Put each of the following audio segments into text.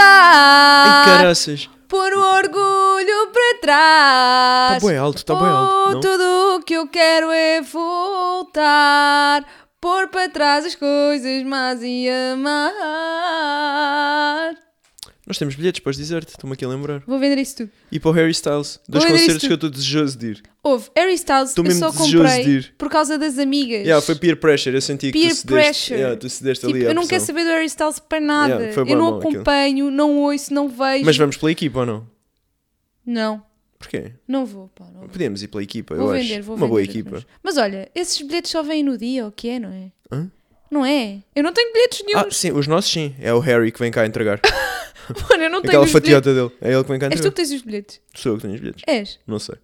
Ah. crianças. Por o orgulho para trás. Tá bué alto, tá bué alto, Por não? tudo o que eu quero é voltar. Pôr para trás as coisas más e amar. Nós temos bilhetes, podes dizer-te, estou-me aqui a lembrar. Vou vender isso tu. E para o Harry Styles, dois Olha, concertos isto- que eu estou desejoso de ir. Houve Harry Styles, Estou eu mesmo só desejoso de comprei ir. por causa das amigas. Yeah, foi peer pressure, eu senti que Peer tu cedeste, pressure. yeah, tu cedeste Tipo, ali à eu não quero pressão. saber do Harry Styles para nada. Yeah, foi bué eu não mau aquilo. acompanho, não ouço, não vejo. Mas vamos pela equipa ou não? Não, Porquê? não vou, pá, não vou. Podíamos ir pela equipa, Vou eu vender, acho. vou Uma boa vender equipa. Ah, outras. Mas olha, esses bilhetes só vêm no dia, o que é, não é? Hã? Não é? Eu não tenho bilhetes nenhum. Ah, sim, os nossos sim. É o Harry que vem cá entregar. Mano, eu não tenho Ah, Aquela os bilhetes. fatiota dele. É ele que vem cá És tu entregar. que tens os bilhetes. Sou eu que tenho os bilhetes. És. Não sei.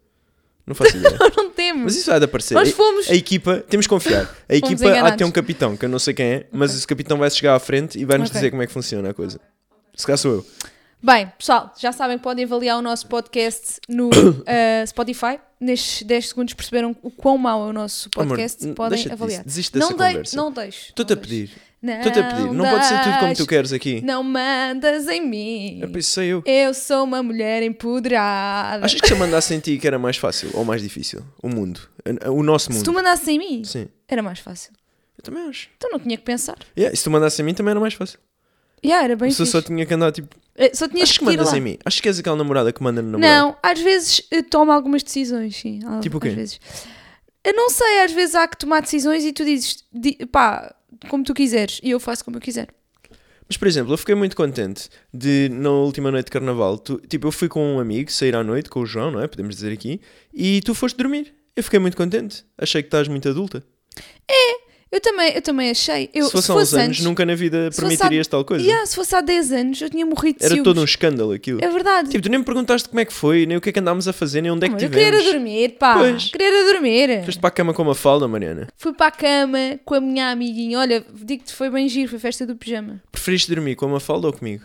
Não faço ideia. Nós não temos. Mas isso há de aparecer. Nós A- fomos. A, equipa, temos que confiar. A Fomos equipa há de ter enganados. um capitão, que eu não sei quem é, mas esse capitão vai chegar à frente e vai-nos Ok. dizer como é que funciona a coisa. Se calhar sou eu. Bem, pessoal, já sabem, podem avaliar o nosso podcast no eh, Spotify. Nestes 10 segundos perceberam o quão mau é o nosso podcast. Oh, Amor, podem deixa-te avaliar. disso. Desiste Não, dessa dei, conversa. não deixo. Estou-te a não pedir. deixo. Estou-te a pedir. Não pode ser tudo como tu deixo, queres aqui. Não mandas em mim. É para isso sei eu. Eu sou uma mulher empoderada. Achas que se eu mandasse em ti que era mais fácil ou mais difícil? O mundo. A- a- O nosso Se é mundo. tu mandasses em mim, Sim. era mais fácil. Eu também acho. Então não tinha que pensar. Yeah, e se tu mandasse em mim também era mais fácil. Yeah, era bem Se eu fixe. só tinha que andar tipo. Eh, só tinhas Acho que que ir mandas lá. em mim. Acho que és aquela namorada que manda no namorado. Não, às vezes eh, toma algumas decisões, sim. Al- Tipo o quê? Às vezes. Eu não sei, às vezes há que tomar decisões e tu dizes, di- pá, como tu quiseres, e eu faço como eu quiser. Mas, por exemplo, eu fiquei muito contente de, na última noite de carnaval, tu- tipo, eu fui com um amigo sair à noite, com o João, não é? Podemos dizer aqui, e tu foste dormir. Eu fiquei muito contente. Achei que estás muito adulta. Eu também, eu também achei. Eu, se fosse há uns fosse anos, antes, nunca na vida se fosse há- permitirias tal coisa. Yeah, se fosse há 10 anos, eu tinha morrido de Era ciúmes. todo um escândalo aquilo. É verdade. Tipo, tu nem me perguntaste como é que foi, nem o que é que andámos a fazer, nem onde é que Amor, eu queria tivemos. era dormir, pá. Pois. Queria era dormir. Foste para a cama com uma falda, Mariana. Fui para a cama com a minha amiguinha. Olha, digo-te, foi bem giro, foi festa do pijama. Preferiste dormir com uma falda ou comigo?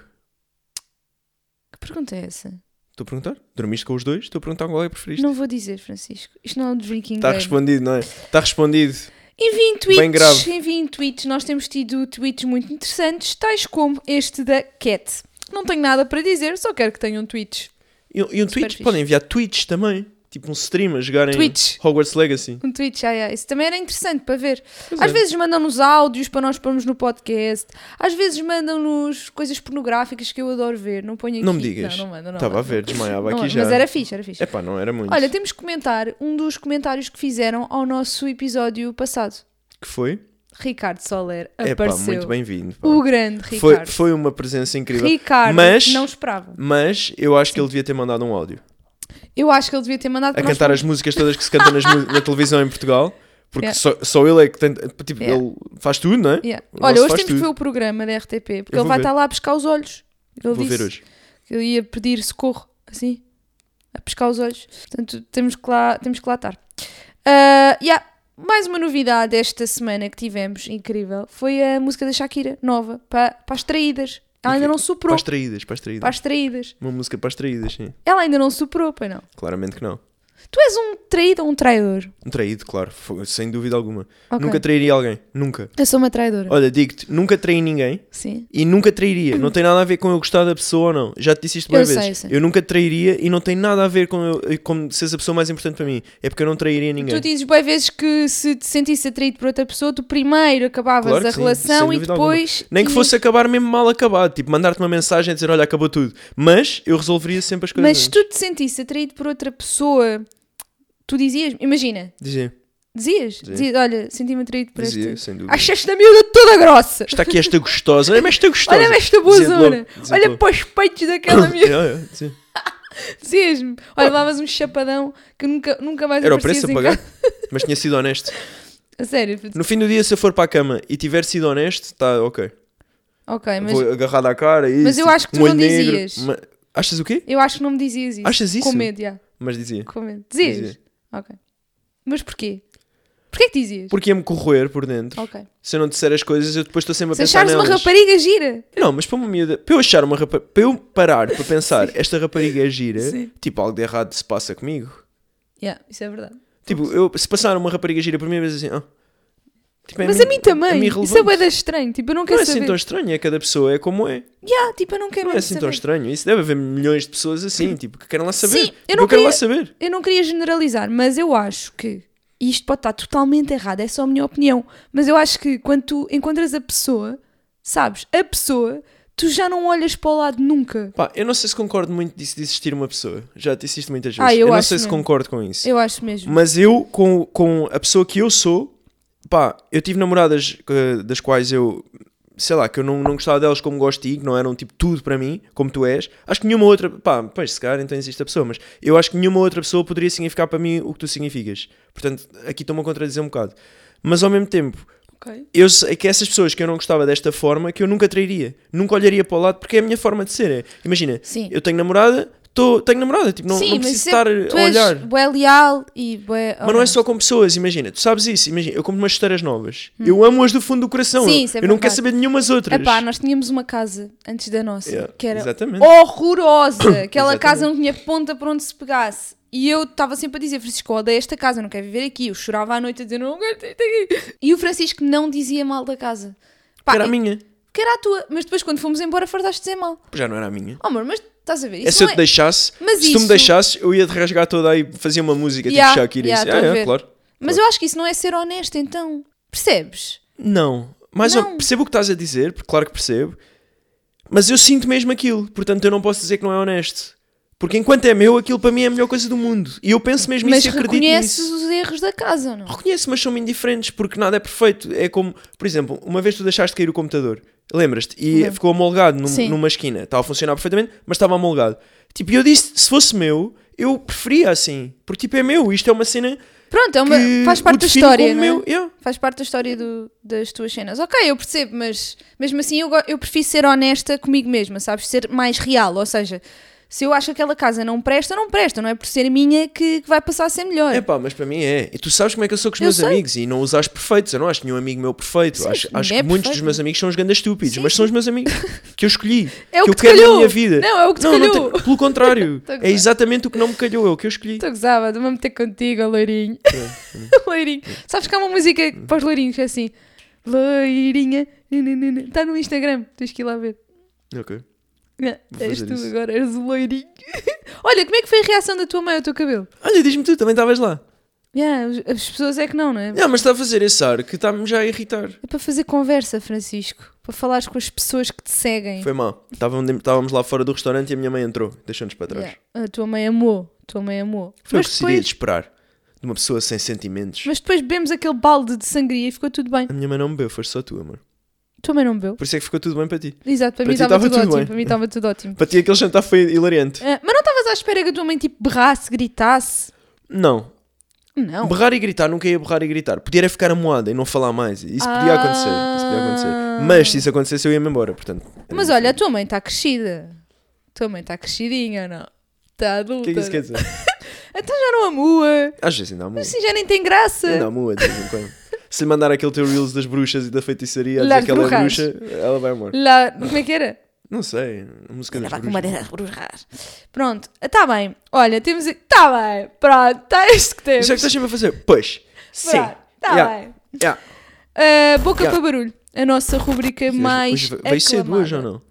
Que pergunta é essa? Estou a perguntar? Dormiste com os dois? Estou a perguntar qual é que preferiste. Não vou dizer, Francisco. Isto não é um drinking Está game. respondido, não é? Está respondido. Enviem Bem tweets, grave. enviem tweets. Nós temos tido tweets muito interessantes, tais como este da Cat. Não tenho nada para dizer, só quero que tenham tweets. E, e um Twitch? fixe. Podem enviar tweets também. Tipo um stream a jogar Twitch. em Hogwarts Legacy. Um tweet, já, já. Isso também era interessante para ver. Pois Às é. vezes mandam-nos áudios para nós pormos no podcast. Às vezes mandam-nos coisas pornográficas que eu adoro ver. Não ponho aqui. Não me digas. Não, não mandam, não Estava a mandam. ver, Não desmaiava aqui mandam. já. É Mas era fixe, era fixe. Epá, não era muito. Olha, temos que comentar um dos comentários que fizeram ao nosso episódio passado. que foi? Ricardo Soler Epá, apareceu. muito bem-vindo. pá. O grande Foi, Ricardo. foi uma presença incrível. Ricardo, Mas- não esperava. Mas eu acho que ele devia ter mandado um áudio. Eu acho que ele devia ter mandado A para nós cantar as músicas todas que se cantam nas mu- na televisão em Portugal. Porque Yeah. só, só ele é que tem. Tipo, Yeah. ele faz tudo, não é? Yeah. O Olha, nosso hoje faz temos que ver tudo. o programa da RTP, porque ele Eu vou vai ver. estar lá a pescar os olhos. Ele Vou disse ver hoje. que ele ia pedir socorro, assim, a pescar os olhos. Portanto, temos que lá, temos que lá estar. Ah, yeah. Mais uma novidade esta semana que tivemos, incrível, foi a música da Shakira, nova, para, para as traídas. Ela ainda Incrível. não Para superou as traídas, para as traídas. para as traídas. Uma música para as traídas, sim. Ela ainda não superou, pois não. Claramente que não. Tu és um traído ou um traidor? Um traído, claro. Foi- Sem dúvida alguma. Ok. Nunca trairia alguém. Nunca. Eu sou uma traidora. Olha, digo-te, nunca traí ninguém. Sim. E nunca trairia. Não tem nada a ver com eu gostar da pessoa ou não. Já te disse isto Eu várias sei, vezes. eu sei. Eu nunca trairia e não tem nada a ver com, eu, com seres a pessoa mais importante para mim. É porque eu não trairia Tu ninguém. dizes boas vezes que se te sentisse atraído por outra pessoa, tu primeiro acabavas Claro que a sim, sem relação e dúvida alguma. depois. Nem que tinhas- fosse acabar mesmo mal acabado. Tipo, mandar-te uma mensagem a dizer: Olha, acabou tudo. Mas eu resolveria sempre as coisas. Mas se tu te sentisse atraído por outra pessoa, tu dizias, imagina, Dizia, dizias, Sim. dizias olha, senti-me atraído por dizia, este. tipo. sem dúvida. Achaste a miúda toda grossa. Está aqui esta gostosa. Olha, mas esta gostosa. Olha esta boa Dizia-te zona. logo, dizia-te Olha logo. para os peitos daquela miúda. É, é, dizia. Dizias-me. Olha, levavas um chapadão que nunca, nunca mais Era o aparecias preço a em pagar. casa. Mas tinha sido honesto. A sério. No fim do dia, se eu for para a cama e tiver sido honesto, está ok. Ok, mas Vou agarrado à cara. Isso, Mas eu acho que tu um olho não negro. dizias. Ma- Achas o quê? eu acho que não me dizias isso. Achas isso? Com medo, já. Mas dizia. Com medo. Dizias? Dizia. Ok. Mas porquê? Porquê é que dizias? Porque ia-me corroer por dentro. Ok. Se eu não disser as coisas, eu depois estou sempre a Se pensar achares uma nelas. rapariga gira. Não, mas para uma miúda... Para eu achar uma rapariga... Para eu parar para pensar, esta rapariga é gira, Sim. tipo, algo de errado se passa comigo. Yeah, isso é verdade. Tipo, eu, se passar uma rapariga gira por mim, eu penso assim... Ah, Tipo, é Mas mi- a mim também. é-me Isso é irrelevante. bem estranho. Tipo, eu não quero Não é assim saber. tão estranho, é cada pessoa é como é. Yeah, tipo, eu não quero Não é mesmo assim tão saber. estranho. Isso deve haver milhões de pessoas assim, tipo, que querem lá saber. Sim, eu não quero queria- lá saber. Eu não queria generalizar, mas eu acho que e isto pode estar totalmente errado, é só a minha opinião. Mas eu acho que quando tu encontras a pessoa, sabes, a pessoa, tu já não olhas para o lado nunca. Pá, eu não sei se concordo muito disso de existir uma pessoa. Já te disse isto muitas Ah, vezes. eu eu não acho sei se mesmo. concordo com isso. Eu acho mesmo. Mas eu, com, com a pessoa que eu sou, pá, eu tive namoradas eh, das quais eu, sei lá, que eu não, não gostava delas como gosto de ti, que não eram tipo tudo para mim, como tu és. Acho que nenhuma outra, pá, pois se calhar então existe a pessoa, mas eu acho que nenhuma outra pessoa poderia significar para mim o que tu significas. Portanto, aqui estou-me a contradizer um bocado. Mas ao mesmo tempo, Ok. eu sei que essas pessoas que eu não gostava desta forma, que eu nunca trairia, nunca olharia para o lado, porque é a minha forma de ser. é, Imagina, Sim. eu tenho namorada, tô, tenho namorada, tipo, não, não preciso se- estar tu a és olhar. bué leal e bué... Mas não é só com pessoas, imagina, tu sabes isso, imagina, eu compro umas chuteiras novas, eu amo-as do fundo do coração, Hum. Sim, eu, isso é eu não quero verdade. saber de nenhumas outras. Epá, nós tínhamos uma casa antes da nossa, Yeah, que era É, Exatamente. horrorosa. Aquela Exatamente. casa não tinha ponta para onde se pegasse. E eu estava sempre a dizer, Francisco, eu odeio esta casa, não quero viver aqui. Eu chorava à noite a dizer, não aguento isto aqui. E o Francisco não dizia mal da casa. Pá, era a minha. que era a tua. Mas depois, quando fomos embora, fardaste dizer mal. Já não era a minha. Oh, amor, mas estás a ver? é se eu não te deixasse, Mas se tu isso- me deixasses, eu ia te rasgar toda aí, fazia uma música, Yeah, tipo Shakira. yeah, isso. estou a Ah, é, ver. claro. Mas eu acho que isso não é ser honesto, então. Percebes? Não, mas Não. eu percebo o que estás a dizer, porque claro que percebo, mas eu sinto mesmo aquilo, portanto eu não posso dizer que não é honesto. Porque enquanto é meu, aquilo para mim é a melhor coisa do mundo. E eu penso mesmo Mas isso e acredito nisso. reconheces os erros da casa, ou não? Reconheço, mas são-me indiferentes porque nada é perfeito. É como, por exemplo, uma vez tu deixaste cair o computador, lembras-te? E Lembro. ficou amolgado num- Sim. numa esquina. Estava a funcionar perfeitamente, mas estava amolgado. Tipo, e eu disse, se fosse meu, eu preferia assim. Porque, tipo, é meu. Isto é uma cena Pronto, é uma- que faz parte o da define história, como não é? meu. Yeah. Faz parte da história do- das tuas cenas. Ok, eu percebo, mas mesmo assim eu, go- eu prefiro ser honesta comigo mesma, sabes? Ser mais real. Ou seja, se eu acho que aquela casa não presta, não presta. Não é por ser minha que, que vai passar a ser melhor. É pá, mas para mim é. E tu sabes como é que eu sou com os Eu meus sei. amigos e não os acho perfeitos. Eu não acho nenhum amigo meu perfeito. Sim, acho ninguém acho é que muitos perfeito. dos meus amigos são os grandes estúpidos, Sim, mas são os meus amigos que eu escolhi. É o que, que te eu quero calhou. na minha vida. Não, é o que te calhou. tem- pelo contrário. Tô a gozar. é exatamente o que não me calhou, é o que eu escolhi. Estou gozada, vou meter contigo, ó loirinho. É, loirinho. Sabes que há uma música para os loirinhos que é assim. Loirinha. Está no Instagram, tens que ir lá ver. Ok. É, Vou És fazer tu isso. agora, és o loirinho. Olha, como é que foi a reação da tua mãe ao teu cabelo? Olha, diz-me tu, também estavas lá. Yeah, os- as pessoas é que não, não é? Não, mas está a fazer esse ar que está-me já a irritar. É para fazer conversa, Francisco. Para falares com as pessoas que te seguem. Foi mal. Estavam- Estávamos lá fora do restaurante e a minha mãe entrou, deixou-nos para trás. Yeah. A tua mãe amou. A tua mãe amou. Foi um o mas, que seria de depois, esperar de uma pessoa sem sentimentos. mas depois bebemos aquele balde de sangria e ficou tudo bem. A minha mãe não bebeu, foste só tu, amor. A tua mãe não bebeu. Por isso é que ficou tudo bem para ti. Exato, para, Para mim ti estava estava tudo, tudo ótimo. bem. Para mim estava tudo ótimo. Para ti aquele jantar foi hilariante. Ah, mas não estavas à espera que a tua mãe tipo berrasse, gritasse? Não. Não. Berrar e gritar, nunca ia berrar e gritar. Podia era ficar amoada e não falar mais. Isso podia acontecer. Isso podia Ah. acontecer. Mas se isso acontecesse, eu ia-me embora, portanto. era Mas diferente. olha, a tua mãe está crescida. A tua mãe está crescidinha, não? Está adulta. O que é que isso quer dizer? Já não amua. Às vezes ainda há muito. Assim já nem tem graça. Ainda há muito, é de vez em quando. Se lhe mandar aquele teu reels das bruxas e da feitiçaria a Las dizer que ela é brujas. bruxa, ela vai amor. Lá, como é que era? Não sei, a música das Estava com uma bruxas. dessas brujas. Pronto, está bem. Olha, temos. Está bem, pronto, está este que temos. Isso é que estás sempre a fazer? Pois. Sim. Está Yeah. bem. Yeah. Ah, boca Yeah. para barulho. A nossa rubrica Hoje- mais. hoje Veio cedo aclamada. hoje ou não?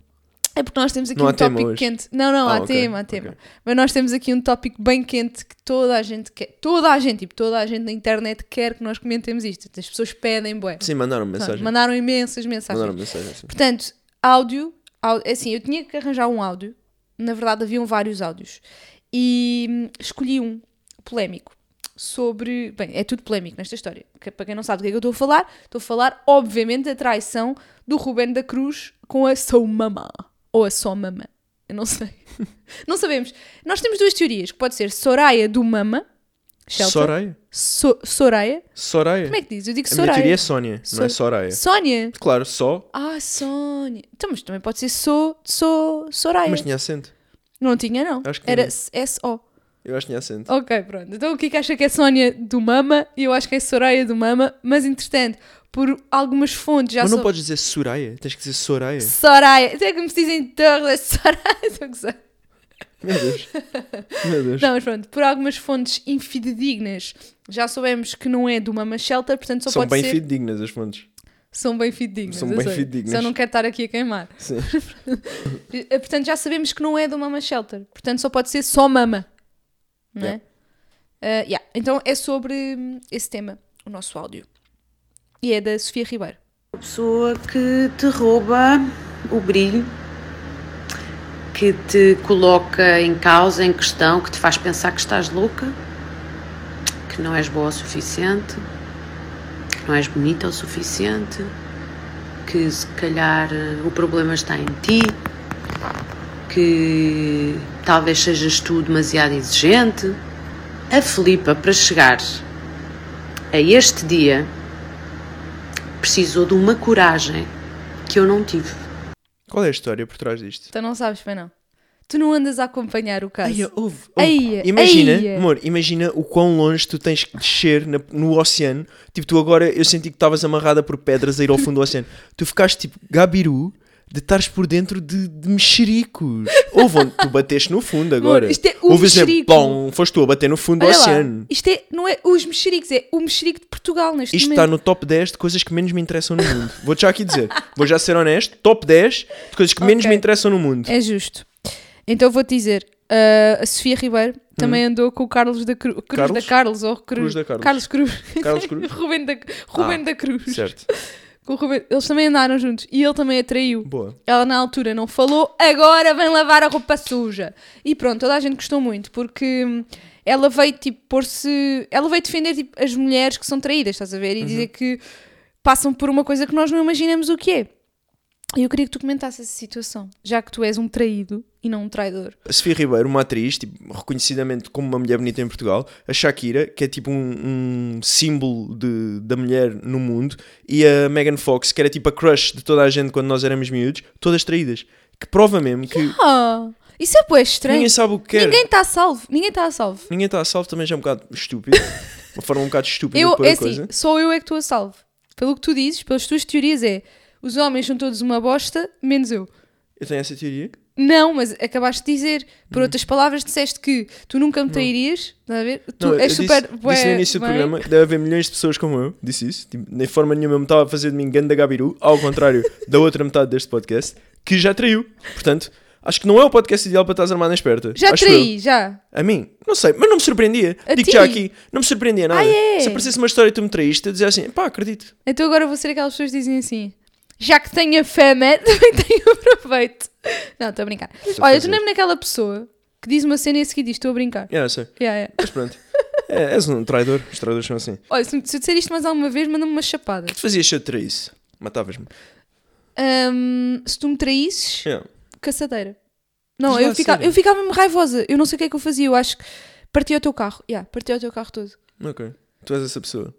É porque nós temos aqui Não um há tema tópico hoje. quente. Não, não, Ah, há ok, tema, há tema. ok. Mas nós temos aqui um tópico bem quente que toda a gente quer. Toda a gente, tipo, toda a gente na internet quer que nós comentemos isto. As pessoas pedem, bué. Sim, mandaram mensagem. Mandaram imensas mensagens. Mandaram mensagem. Sim. Portanto, áudio, áudio- é assim, eu tinha que arranjar um áudio. Na verdade, haviam vários áudios. E hum, escolhi um polémico sobre. Bem, é tudo polémico nesta história. Que- para quem não sabe do que é que eu estou a falar, estou a falar, obviamente, da traição do Ruben da Cruz com a sua mamã. Ou a sua mamã. Eu não sei. não sabemos. Nós temos duas teorias: que pode ser Soraya do Mama. Shelter. Soraya? So- Soraya. Soraya? Como é que diz? Eu digo A minha teoria é Soraya. Sónia, não Sor- é Soraya. Sónia. Claro, só, Ah, Sónia. Então, mas também pode ser so, so, Soraya. mas tinha acento. Não tinha, não. Acho que Era não. S-O. Eu acho que tinha acento. Ok, pronto. Então o que acha que é Sónia do Mama? E eu acho que é Soraya do Mama. Mas, entretanto, por algumas fontes já Mas não sou... Então, é podes dizer Soraya, tens que dizer Soraya. Soraya. Até que me dizem torre da Soraya. Estou a gozar. Meu Deus. Meu Deus. Não, mas pronto, por algumas fontes infidedignas, já soubemos que não é do Mama Shelter, portanto só São pode bem ser... fidedignas as fontes. São bem fidedignas. São eu bem sei. fidedignas. Só não quero estar aqui a queimar. Sim. Eh, eh, Portanto, já sabemos que não é do Mama Shelter. Portanto, só pode ser só Mama. Não é? Yeah. Eh, yeah. Então, é sobre hum, esse tema, o nosso áudio. E é da Sofia Ribeiro. pessoa que te rouba o brilho, que te coloca em causa, em questão, que te faz pensar que estás louca, que não és boa o suficiente, que não és bonita o suficiente, que se calhar eh, o problema está em ti, que talvez sejas tu demasiado exigente. A Filipa, para chegar a este dia, precisou de uma coragem que eu não tive. Qual é a história por trás disto? Tu não sabes, bem não. Tu não andas a acompanhar o caso. Aia, ouve, ouve. Aia, imagina, aia. amor, imagina o quão longe tu tens que descer na- no oceano. Tipo, tu agora eu senti que estavas amarrada por pedras a ir ao fundo do oceano. Tu ficaste tipo gabiru de estares por dentro de, de mexericos. Houve onde tu bateste no fundo agora. isto é um Houve exemplo, mexerico. pão, foste tu a bater no fundo Olha do lá, oceano. isto é, não é os mexericos, é o mexerico de Portugal neste Isto está momento. no top 10 de coisas que menos me interessam no mundo. Vou-te já aqui dizer. Vou já ser honesto. Top 10 de coisas que menos Ok. me interessam tá no mundo. É justo. Então vou-te dizer, uh, a Sofia Ribeiro também andou com o Carlos da Cru... Cruz Hum. Carlos? da Carlos, ou Cruz, Cruz da Carlos. Cruz. Carlos Cruz. Rubén da, Rubén Ah, da Cruz. Certo. Com o Rubén- Eles também andaram juntos e ele também a traiu. Boa. Ela na altura não falou, agora vem lavar a roupa suja. E pronto, toda a gente gostou muito, porque hum, ela veio tipo pôr-se. Ela veio defender tipo, as mulheres que são traídas, estás a ver? E dizer que passam por uma coisa que nós não imaginamos o que é. E eu queria que tu comentasses essa situação, já que tu és um traído e não um traidor. A Sofia Ribeiro, uma atriz, tipo, reconhecidamente como uma mulher bonita em Portugal, a Shakira, que é tipo um, um símbolo de- da mulher no mundo, e a Megan Fox, que era tipo a crush de toda a gente quando nós éramos miúdos, todas traídas. Que prova mesmo que Ah, isso é pois estranho. ninguém sabe o que quer. Ninguém está a salvo, ninguém está a salvo. Ninguém está a salvo também já é um bocado estúpido. uma forma um bocado estúpida Eu, de pôr é a assim, coisa. só eu é que estou a salvo. Pelo que tu dizes, pelas tuas teorias, é os homens são todos uma bosta, menos eu. Eu tenho essa teoria. Não, mas acabaste de dizer, Hum. por outras palavras, disseste que tu nunca me trairias, estás a ver? Tu Não, eu és disse, super. bué, disse no início do bem. programa deve haver milhões de pessoas como eu, disse isso. Tipo, nem forma nenhuma eu me estava a fazer de mim ganda gabiru, ao contrário da outra metade deste podcast, que já traiu. Portanto, acho que não é o podcast ideal para estás armada e esperta. Já acho traí, eu. já. A mim? Não sei, mas não me surpreendia. A Digo ti? já aqui, não me surpreendia nada. Ah, é? Se aparecesse uma história e tu me traíste, eu dizia assim, pá, acredito. Então agora vou ser aquelas pessoas que dizem assim: já que tenho a fama, também tenho proveito. Não, estou a brincar. a Olha, fazer. tu lembra daquela pessoa que diz uma cena e a seguir diz: estou a brincar. É, não sei. Yeah, yeah. Mas pronto. é, és um traidor, os traidores são assim. O Olha, se, se eu disser isto mais alguma vez, manda-me uma chapada. que tu fazias se eu te traísse? Matavas-me. Hum, se tu me traísses, É. caçadeira. Não, Diz lá eu, a fica, sério. eu ficava mesmo raivosa. Eu não sei o que é que eu fazia. Eu acho que partia o teu carro. Yeah, partia o teu carro todo. Ok. Tu és essa pessoa.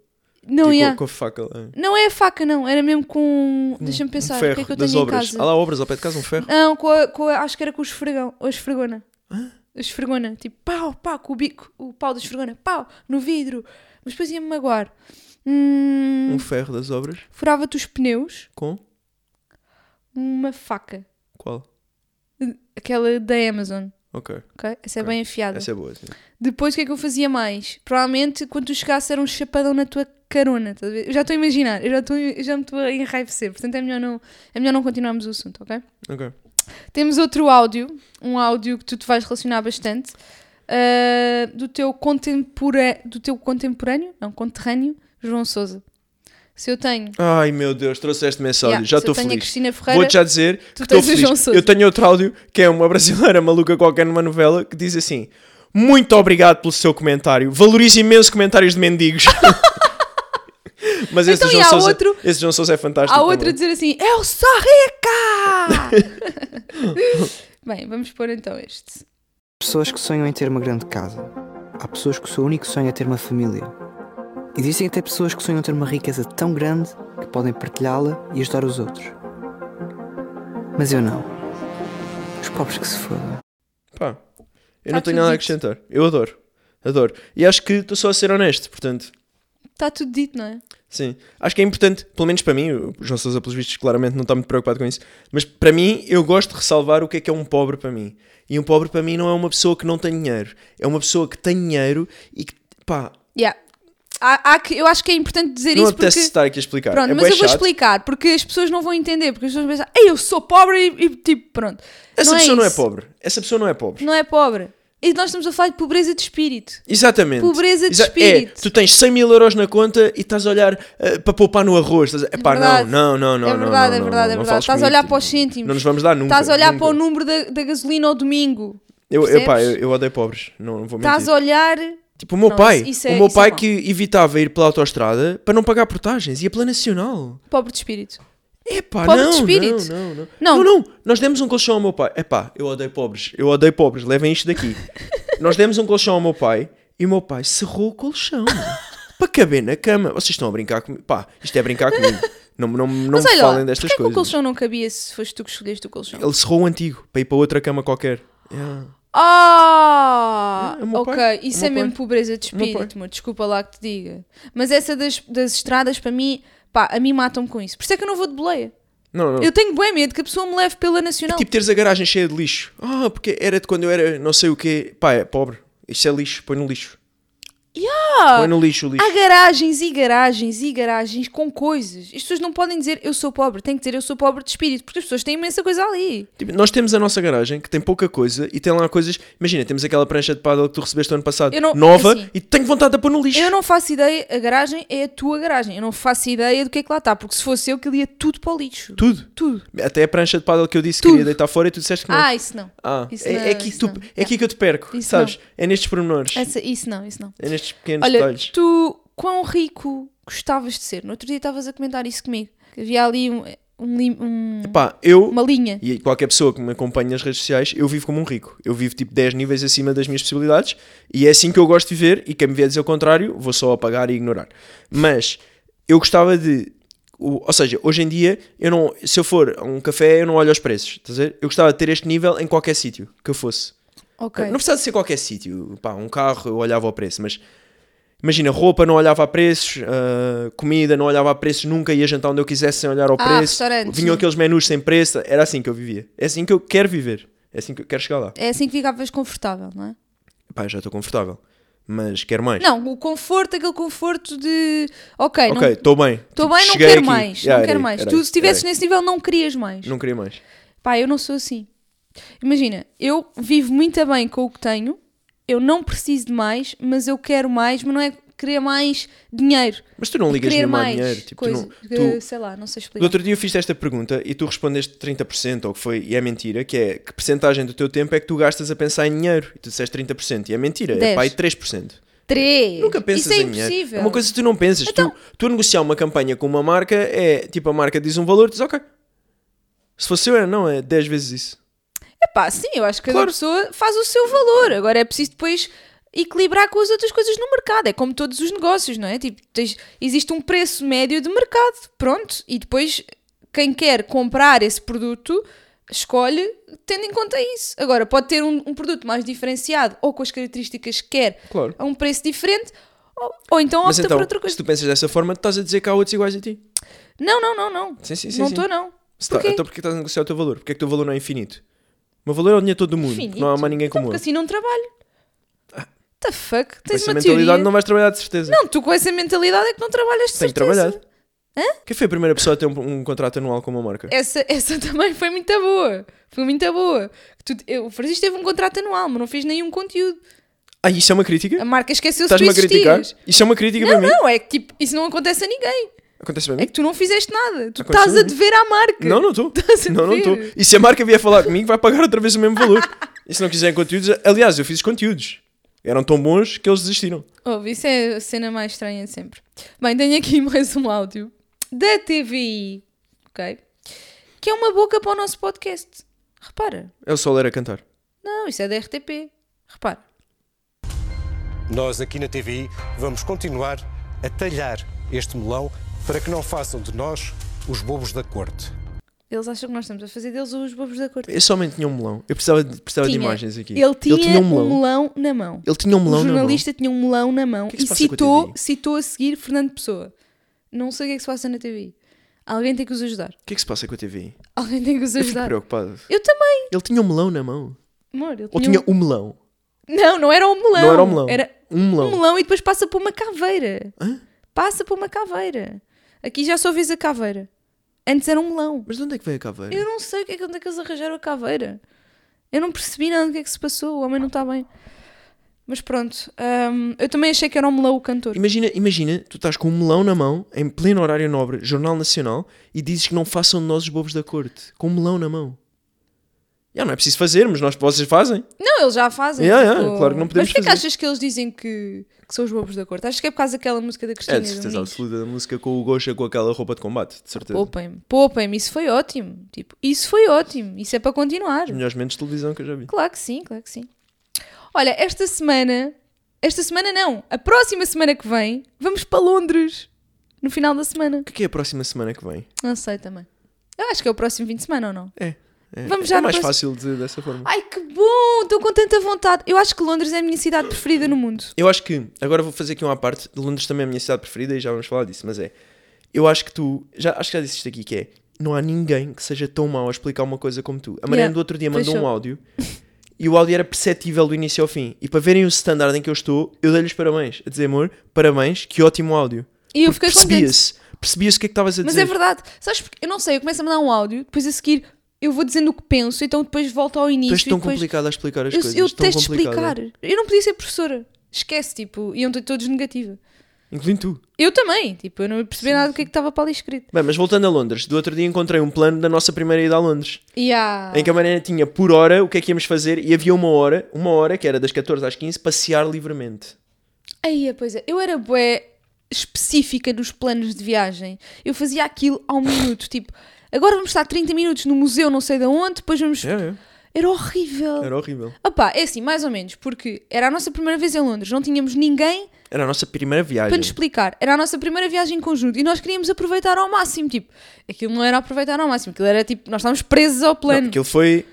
Não, Tipo, yeah. com a faca. é. não é a faca, não. Era mesmo com. Deixa-me pensar. um o que ferro é que eu das tenho em obras. casa? Há lá obras ao pé de casa, um ferro. Não, com a, com a- acho que era com o esfregão. Ou a esfregona. A esfregona. Tipo, pau, pau, com o bico. O pau da esfregona. Pau, no vidro. Mas depois ia-me magoar. Hum, Um ferro das obras Furava-te os pneus. com Uma faca. qual? Aquela da Amazon. Ok. ok? Essa é Ok. bem afiada. Essa é boa. Sim. Depois o que é que eu fazia mais? Provavelmente quando tu chegasse era um chapadão na tua carona, estás a ver? Eu já estou a imaginar, eu já, estou, eu já me estou a enraivecer, portanto é melhor, não, é melhor não continuarmos o assunto, ok? Ok. Temos outro áudio, um áudio que tu te vais relacionar bastante, ah, do, teu contempora, do teu contemporâneo, não, conterrâneo, João Souza. Se eu tenho, Ai meu Deus, trouxeste-me esse áudio. Yeah, já se eu estou tenho a feliz. Cristina Ferreira, Vou-te já dizer que tens estou o João feliz. Sousa. Eu tenho outro áudio que é uma brasileira maluca qualquer numa novela que diz assim: Muito obrigado pelo seu comentário. Valorizo imenso comentários de mendigos. Mas esse Então, do e João há Sousa, outro- esse do João Sousa é fantástico. há outro a também. dizer assim, eu sou rica! Bem, vamos pôr então este. pessoas que sonham em ter uma grande casa. Há pessoas que o seu único sonho é ter uma família. Existem até pessoas que sonham ter uma riqueza tão grande que podem partilhá-la e ajudar os outros. Mas eu não. Os pobres que se fodam. Pá, eu Tá não tenho tudo nada a dito. acrescentar. Eu adoro. Adoro. E acho que estou só a ser honesto, portanto. Está tudo dito, não é? Sim. Acho que é importante, pelo menos para mim, o João Sousa, pelos vistos, claramente não está muito preocupado com isso, mas para mim, eu gosto de ressalvar o que é que é um pobre para mim. E um pobre para mim não é uma pessoa que não tem dinheiro, é uma pessoa que tem dinheiro e que, pá, Yeah. Há- há que- eu acho que é importante dizer não isso porque... apetece estar aqui a explicar. Pronto, é mas bué eu vou chato. explicar, porque as pessoas não vão entender, porque as pessoas pensam, ei, eu sou pobre e, e, tipo, pronto. Essa pessoa não é isso. pobre. Essa pessoa não é pobre. Não é pobre. E nós estamos a falar de pobreza de espírito. Exatamente. Pobreza de Exa- espírito. É, tu tens 100 mil euros na conta e estás a olhar eh, para poupar no arroz. Estás a... Epá, não, verdade. não, não, não. É não, verdade, é não, não, verdade, é não, não verdade. fales Estás a comigo, olhar tipo, para os cêntimos. Não nos vamos dar nunca. Estás a olhar nunca. para o número da, da gasolina ao domingo. Eu, eu, pá, eu, percebes? eu odeio pobres. Não, não vou mentir. Estás a olhar Tipo, o meu Não, pai. isso- isso é- o meu isso é pai mau. que evitava ir pela autoestrada para não pagar portagens. Ia pela nacional. pobre de espírito. Epá, Pobre de não, espírito. Não, não, não. Não. Não, não. Nós demos um colchão ao meu pai. Epá, eu odeio pobres. Eu odeio pobres. Levem isto daqui. Nós demos um colchão ao meu pai e o meu pai cerrou o colchão para caber na cama. Vocês estão a brincar comigo. Pá, isto é brincar comigo. Não, não, não Mas me olha lá, falem porquê destas é que o coisas. colchão não cabia se foste tu que escolheste o colchão? Ele cerrou o antigo para ir para outra cama qualquer. Yeah. Ah! É, é o meu Oh! ok, pai, isso é o é meu mesmo pai. pobreza de O meu espírito, meu. Desculpa lá que te diga. Mas essa das, das estradas, para mim, pá, a mim matam-me com isso. Por isso é que eu não vou de boleia. Não, não. Eu tenho bem medo que a pessoa me leve pela É nacional. tipo teres a garagem cheia de lixo. Ah, porque era de quando eu era não sei o quê. Pá, é pobre. Isto é lixo. Põe no lixo. Põe no lixo o lixo. Há garagens e garagens e garagens com coisas. As pessoas não podem dizer eu sou pobre, tem que dizer eu sou pobre de espírito, porque as pessoas têm imensa coisa ali. Tipo, nós temos a nossa garagem que tem pouca coisa e tem lá coisas. Imagina, temos aquela prancha de paddle que tu recebeste o ano passado, Eu não- nova, assim. e tenho vontade de a pôr no lixo. Eu não faço ideia, a garagem é a tua garagem. Eu não faço ideia do que é que lá está, porque se fosse eu que ia tudo para o lixo. Tudo. Tudo. Até a prancha de paddle que eu disse que Tudo. queria deitar fora e tu disseste que não. Ah, isso não. Ah, isso é, não, é aqui, isso tu- não. é aqui que eu te perco, Isso sabes? É nestes pormenores, Essa- isso não, isso não. é nestes pequenos Olha, detalhes. tu quão rico gostavas de ser? No outro dia estavas a comentar isso comigo. Que havia ali um- um lim- um- Pá, eu uma linha. e qualquer pessoa que me acompanha nas redes sociais, eu vivo como um rico. Eu vivo tipo 10 níveis acima das minhas possibilidades e é assim que eu gosto de viver. E quem me vier dizer o contrário, vou só apagar e ignorar. Mas eu gostava de. o- Ou seja, hoje em dia, eu não, se eu for a um café, eu não olho aos preços. Estás a ver? Eu gostava de ter este nível em qualquer sítio que eu fosse. Ok. Não precisava de ser qualquer sítio. Pá, um carro eu olhava ao preço, mas imagina, roupa não olhava a preços, ah, comida não olhava a preços, nunca ia jantar onde eu quisesse sem olhar ao Ah, preço. restaurantes, Vinham sim. aqueles menus sem preço, era assim que eu vivia. É assim que eu quero viver. É assim que eu quero chegar lá. É assim que ficavas confortável, não é? Pá, já estou confortável, mas quero mais. Não, o conforto, aquele conforto de ok, ok, estou estou bem. Tipo, bem, não cheguei quero aqui. mais. Yeah, não era quero aí, mais. era Tu, aí, se estivesses era nesse nível, não querias mais. aí. Não queria mais. Pá, eu não sou assim. Imagina, eu vivo muito bem com o que tenho, eu não preciso de mais, mas eu quero mais, mas não é querer mais dinheiro. Mas tu não é ligas querer nenhuma a mais dinheiro. Tipo, tu coisa, não, tu, que, sei lá, não sei Do explicar. outro dia eu fiz esta pergunta e tu respondeste 30%, ou que foi, e é mentira, que é que percentagem do teu tempo é que tu gastas a pensar em dinheiro? E tu disseste 30%, e é mentira, é Dez. pá, aí 3%. Três! Nunca pensas Isso é em dinheiro. impossível. É uma coisa que tu não pensas. Tu- Então- Tu, negociar uma campanha com uma marca é tipo, a marca diz um valor, tu dizes ok. Se fosse eu, era não, é 10 vezes isso. Epá, sim, eu acho que cada Claro. pessoa faz o seu valor. Agora é preciso depois equilibrar com as outras coisas no mercado. É como todos os negócios, não é? Tipo, tens- existe um preço médio de mercado, pronto. E depois quem quer comprar esse produto escolhe tendo em conta isso. Agora, pode ter um, um produto mais diferenciado ou com as características que quer Claro. a um preço diferente ou, ou então Mas opta então, por outra se coisa. tu pensas dessa forma, tu estás a dizer que há outros iguais a ti. Não, não, não, não. Sim, sim, sim. não sim. estou, não. Se tá- Porquê? Então porque estás a negociar o teu valor? Porque é que o teu valor não é infinito? O meu valor é o dinheiro todo do mundo. Finito. Não há mais ninguém Então, como eu. porque assim não trabalho. What the fuck? Com Tens essa uma mentalidade teoria. não vais trabalhar de certeza. Não, tu com essa mentalidade é que não trabalhas de Tenho que certeza. trabalhar. Quem foi a primeira pessoa a ter um, um contrato anual com uma marca? Essa, essa também foi muito boa. Foi muito boa. Tu, eu, o Francisco teve um contrato anual, mas não fez nenhum conteúdo. Ah, isso é uma crítica? A marca esqueceu-se de Estás-me tu a criticar? existires. Isso é uma crítica Não, para mim? não, é que tipo, isso não acontece a ninguém. Acontece para É mim? que tu não fizeste nada. Tu Aconteceu estás a a mim. dever à marca. Não, não estou. Estás a Não, não estou. ver. E se a marca vier falar comigo, vai pagar outra vez o mesmo valor. E se não quiserem conteúdos... Aliás, eu fiz conteúdos. Eram tão bons que eles desistiram. Ouve, isso é a cena mais estranha de sempre. Bem, tenho aqui mais um áudio da TVI, ok? Que é uma boca para o nosso podcast. Repara. É o Soler a cantar. Não, isso é da RTP. Repara. Nós aqui na TVI vamos continuar a talhar este melão para que não façam de nós os bobos da corte. Eles acham que nós estamos a fazer deles os bobos da corte. Eu somente tinha um melão. Eu precisava de, precisava de Tinha. imagens aqui. Ele tinha, um melão. na mão. Ele tinha um melão o na mão. jornalista tinha um melão na mão que é que e se passa com a citou, TVI? citou a seguir Fernando Pessoa. Não sei o que é que se passa na TV. Alguém tem que os ajudar. O que é que se passa com a TV? Alguém tem que os Eu fico ajudar. preocupado. Eu também. Ele tinha um melão na mão. Amor, ele Ou tinha tinha um melão. um- Não, não era um melão. Não era um melão. Era Um um melão. melão e depois passa por uma caveira. Hã? Passa por uma caveira. Aqui já só vês a caveira. Antes era um melão. Mas de onde é que veio a caveira? Eu não sei o que é que, onde é que eles arranjaram a caveira. Eu não percebi nada do que é que se passou. O homem não está bem. Mas pronto. hum, eu também achei que era um melão o cantor. Imagina, imagina, tu estás com um melão na mão, em pleno horário nobre, Jornal Nacional, e dizes que não façam de nós os bobos da corte. Com um melão na mão. Já não é preciso fazermos, nós vocês fazem. Não, eles já fazem. tipo, Yeah, yeah, claro que não Mas podemos porquê que fazer. achas que eles dizem que, que são os bobos da corte? Acho que é por causa daquela música da Cristina. É, de certeza Domingos. absoluta da música com o Gosha com aquela roupa de combate, de certeza. Poupem-me, poupem-me. Isso foi ótimo. Tipo, isso foi ótimo. Isso é para continuar. Os melhores momentos de televisão que eu já vi. Claro que sim, claro que sim. Olha, esta semana, esta semana não, a próxima semana que vem, vamos para Londres. No final da semana. O que é que é a próxima semana que vem? Não sei também. Eu acho que é o próximo fim de semana ou não? É. É, Vamos é já no mais próximo- fácil dizer dessa forma. Ai que bom, estou com tanta vontade. Eu acho que Londres é a minha cidade preferida no mundo. Eu acho que, agora vou fazer aqui uma à parte, Londres também é a minha cidade preferida e já vamos falar disso, mas é, eu acho que tu, já, acho que já disse isto aqui, que é, não há ninguém que seja tão mau a explicar uma coisa como tu. A Mariana Yeah, do outro dia pois mandou um sou. áudio e o áudio era perceptível do início ao fim. E para verem o standard em que eu estou, eu dei-lhes parabéns, a dizer, amor, parabéns, que ótimo áudio. E eu Porque fiquei contente. Percebia-se, percebia-se o que é que estavas a Mas dizer. é verdade. Sabes porque eu não sei, eu começo a mandar um áudio, depois a seguir eu vou dizendo o que penso, então depois volto ao Tu início és tão e depois complicado a explicar as eu, coisas. eu tão detesto explicar. complicada. Eu não podia ser professora. Esquece, tipo, iam ter todos negativa. Incluindo tu. Eu também, tipo, eu não percebi nada do que é que estava para ali escrito. Bem, mas voltando a Londres, do outro dia encontrei um plano da nossa primeira ida a Londres. E há- em que a Mariana tinha por hora o que é que íamos fazer e havia uma hora, uma hora que era das 14 às 15, passear livremente. Aí, é, pois é, eu era bué específica nos planos de viagem. Eu fazia aquilo ao minuto, tipo, agora vamos estar 30 minutos no museu não sei de onde, depois vamos... É, Era horrível. Era horrível. Opa, é assim, mais ou menos, porque era a nossa primeira vez em Londres, não tínhamos ninguém Era a nossa primeira para viagem. nos explicar. Era a nossa primeira viagem em conjunto e nós queríamos aproveitar ao máximo, tipo, aquilo não era aproveitar ao máximo, aquilo era tipo, nós estávamos presos ao Não, plano. aquilo foi,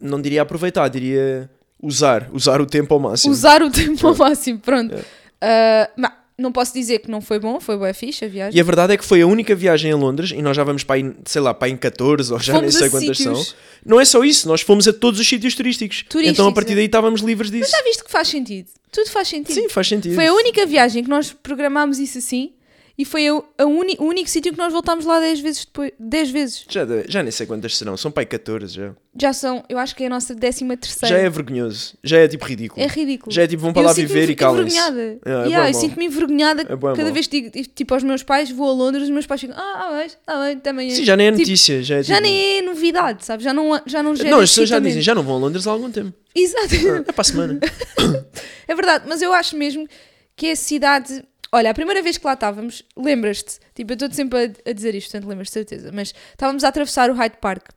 não diria aproveitar, diria usar, usar o tempo ao máximo. Usar o tempo ao máximo, pronto. É. Ah, mas não posso dizer que não foi bom, foi boa ficha a viagem. E a verdade é que foi a única viagem a Londres, e nós já vamos para aí, sei lá, para aí em 14 ou já Fomos nem sei a quantas sítios. são. Não é só isso, nós fomos a todos os sítios turísticos. Turísticos, então a partir é. daí estávamos livres disso. Já viste que faz sentido? Tudo faz sentido. Sim, faz sentido. Foi a única viagem que nós programámos isso assim e foi a, a uni- o único sítio que nós voltámos lá 10 vezes depois. 10 vezes. Já, já nem sei quantas serão, são para aí 14 já. Já são, eu acho que é a nossa 13 terceira. Já é vergonhoso, já é tipo ridículo. É ridículo. Já é tipo, vão para Eu lá sinto-me viver e calem-se. envergonhada. É, é Yeah, bué eu mau. sinto-me envergonhada É bué cada mau. vez que digo, tipo, aos meus pais, vou a Londres, os meus pais ficam, ah, ah, vais, ah, bem, também é. Sim, já nem é Tipo, notícia. já é já tipo- nem é novidade, sabes? Já não, já é não gera Não, as pessoas já excitamento. dizem, já não vão a Londres há algum tempo. Exato. É para a semana. É verdade, mas eu acho mesmo que é a cidade. Olha, a primeira vez que lá estávamos, lembras-te? Tipo, eu estou sempre a, a dizer isto, portanto lembras-te, de certeza. Mas estávamos a atravessar o Hyde Park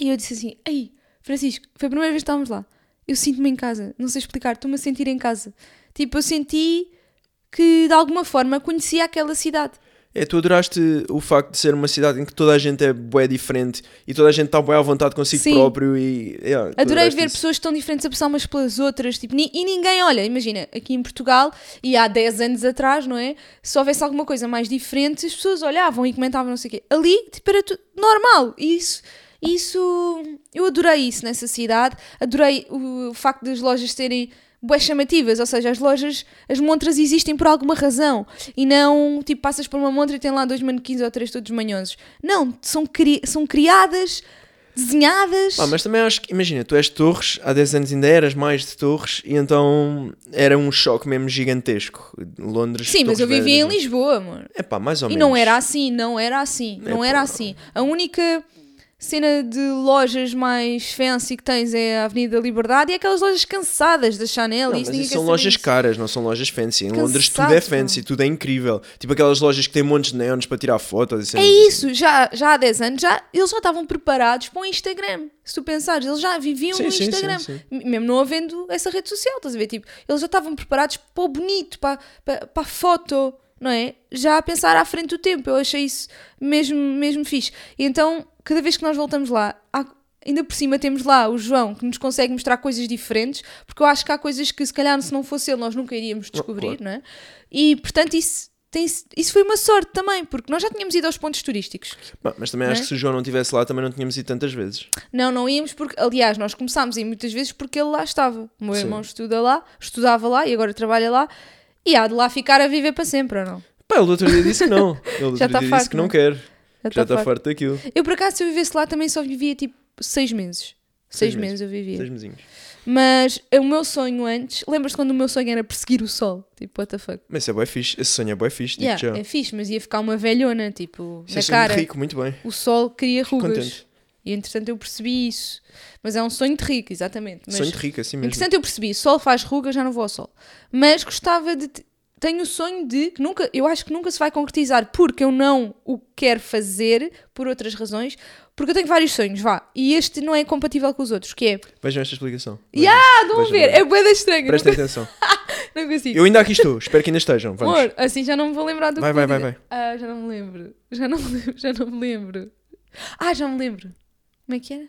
e eu disse assim: Ei, Francisco, foi a primeira vez que estávamos lá. Eu sinto-me em casa, não sei explicar, estou-me a sentir em casa. Tipo, eu senti que de alguma forma conhecia aquela cidade. É, tu adoraste o facto de ser uma cidade em que toda a gente é bué diferente e toda a gente está bué à vontade consigo Sim. próprio e... é, tu Adorei adoraste ver isso. pessoas tão diferentes a passar umas pelas outras. Tipo, ni- e ninguém, olha, imagina, aqui em Portugal, e há 10 anos atrás, não é? Se houvesse alguma coisa mais diferente, as pessoas olhavam e comentavam, não sei o quê. Ali, tipo, era tudo normal. E Isso, isso, eu adorei isso nessa cidade. Adorei o facto das lojas terem boas chamativas, ou seja, as lojas, as montras existem por alguma razão e não, tipo, passas por uma montra e tem lá dois manequins ou três todos manhosos. Não, são, cri- são criadas, desenhadas. Pá, mas também acho que, imagina, tu és de Torres, há 10 anos ainda eras mais de Torres e então era um choque mesmo gigantesco. Londres, Sim, mas Torres eu vivia em Vedras, não- Lisboa, amor. É pá, mais ou E menos. É, não era assim, não era assim, não Epá. era assim. A única cena de lojas mais fancy que tens é a Avenida Liberdade e aquelas lojas cansadas da Chanel. Não, isso mas ninguém isso quer são saber lojas disso. caras, não são lojas fancy. Em Cansado, Londres tudo é pá. fancy, tudo é incrível. Tipo aquelas lojas que têm montes de neons para tirar fotos. e cenas É assim. isso, já, já há 10 anos, já, eles já estavam preparados para o Instagram. Se tu pensares, eles já viviam Sim, no sim, sim, Instagram, sim. M- mesmo não havendo essa rede social, estás a ver? Tipo, eles já estavam preparados para o bonito, para, para, para a foto, não é? Já a pensar à frente do tempo, eu achei isso mesmo, mesmo fixe. E então, cada vez que nós voltamos lá, há- ainda por cima temos lá o João que nos consegue mostrar coisas diferentes, porque eu acho que há coisas que se calhar se não fosse ele nós nunca iríamos descobrir, não é? E portanto, isso tem- isso foi uma sorte também, porque nós já tínhamos ido aos pontos turísticos. Bah, mas também acho Né? que se o João não estivesse lá também não tínhamos ido tantas vezes. Não, não íamos porque, aliás, nós começámos a ir muitas vezes porque ele lá estava. O meu Sim. irmão estuda lá, estudava lá e agora trabalha lá e há de lá ficar a viver para sempre, ou não? Pá, ele do outro dia disse que não. Ele do outro Já tá dia disse farto, que não né? quer. que já tá está farto daquilo. Eu, por acaso, se eu vivesse lá também só vivia tipo seis meses. Seis, Seis meses. eu vivia. Seis mesinhos. Mas o meu sonho antes, lembras-te quando o meu sonho era perseguir o sol? Tipo, what the fuck? Mas isso é bué fixe. Esse sonho é bué fixe. Digo Yeah, já. é fixe, mas ia ficar uma velhona, tipo, Isso é na sonho de cara. rico, muito bem. O sol cria rugas. Contente. E entretanto eu percebi isso. Mas é um sonho de rico, exatamente. Mas, Sonho de rico, assim mesmo. Entretanto eu percebi, sol faz rugas, já não vou ao sol. Mas gostava de. te- Tenho o sonho de que nunca, eu acho que nunca se vai concretizar porque eu não o quero fazer por outras razões, porque eu tenho vários sonhos, vá. E este não é compatível com os outros, que é. Vejam esta explicação. Ya, Estão Vejam. a Vejam, ver, vejam. é boeda estranha, Prestem atenção. não, não consigo. Eu ainda aqui estou. Espero que ainda estejam. Vamos. Amor, assim já não me vou lembrar do Vai, que vai, eu ia vai, dizer. Ah, já não me lembro. Já não me lembro. Já não me lembro. Ah, já me lembro. Como é que era?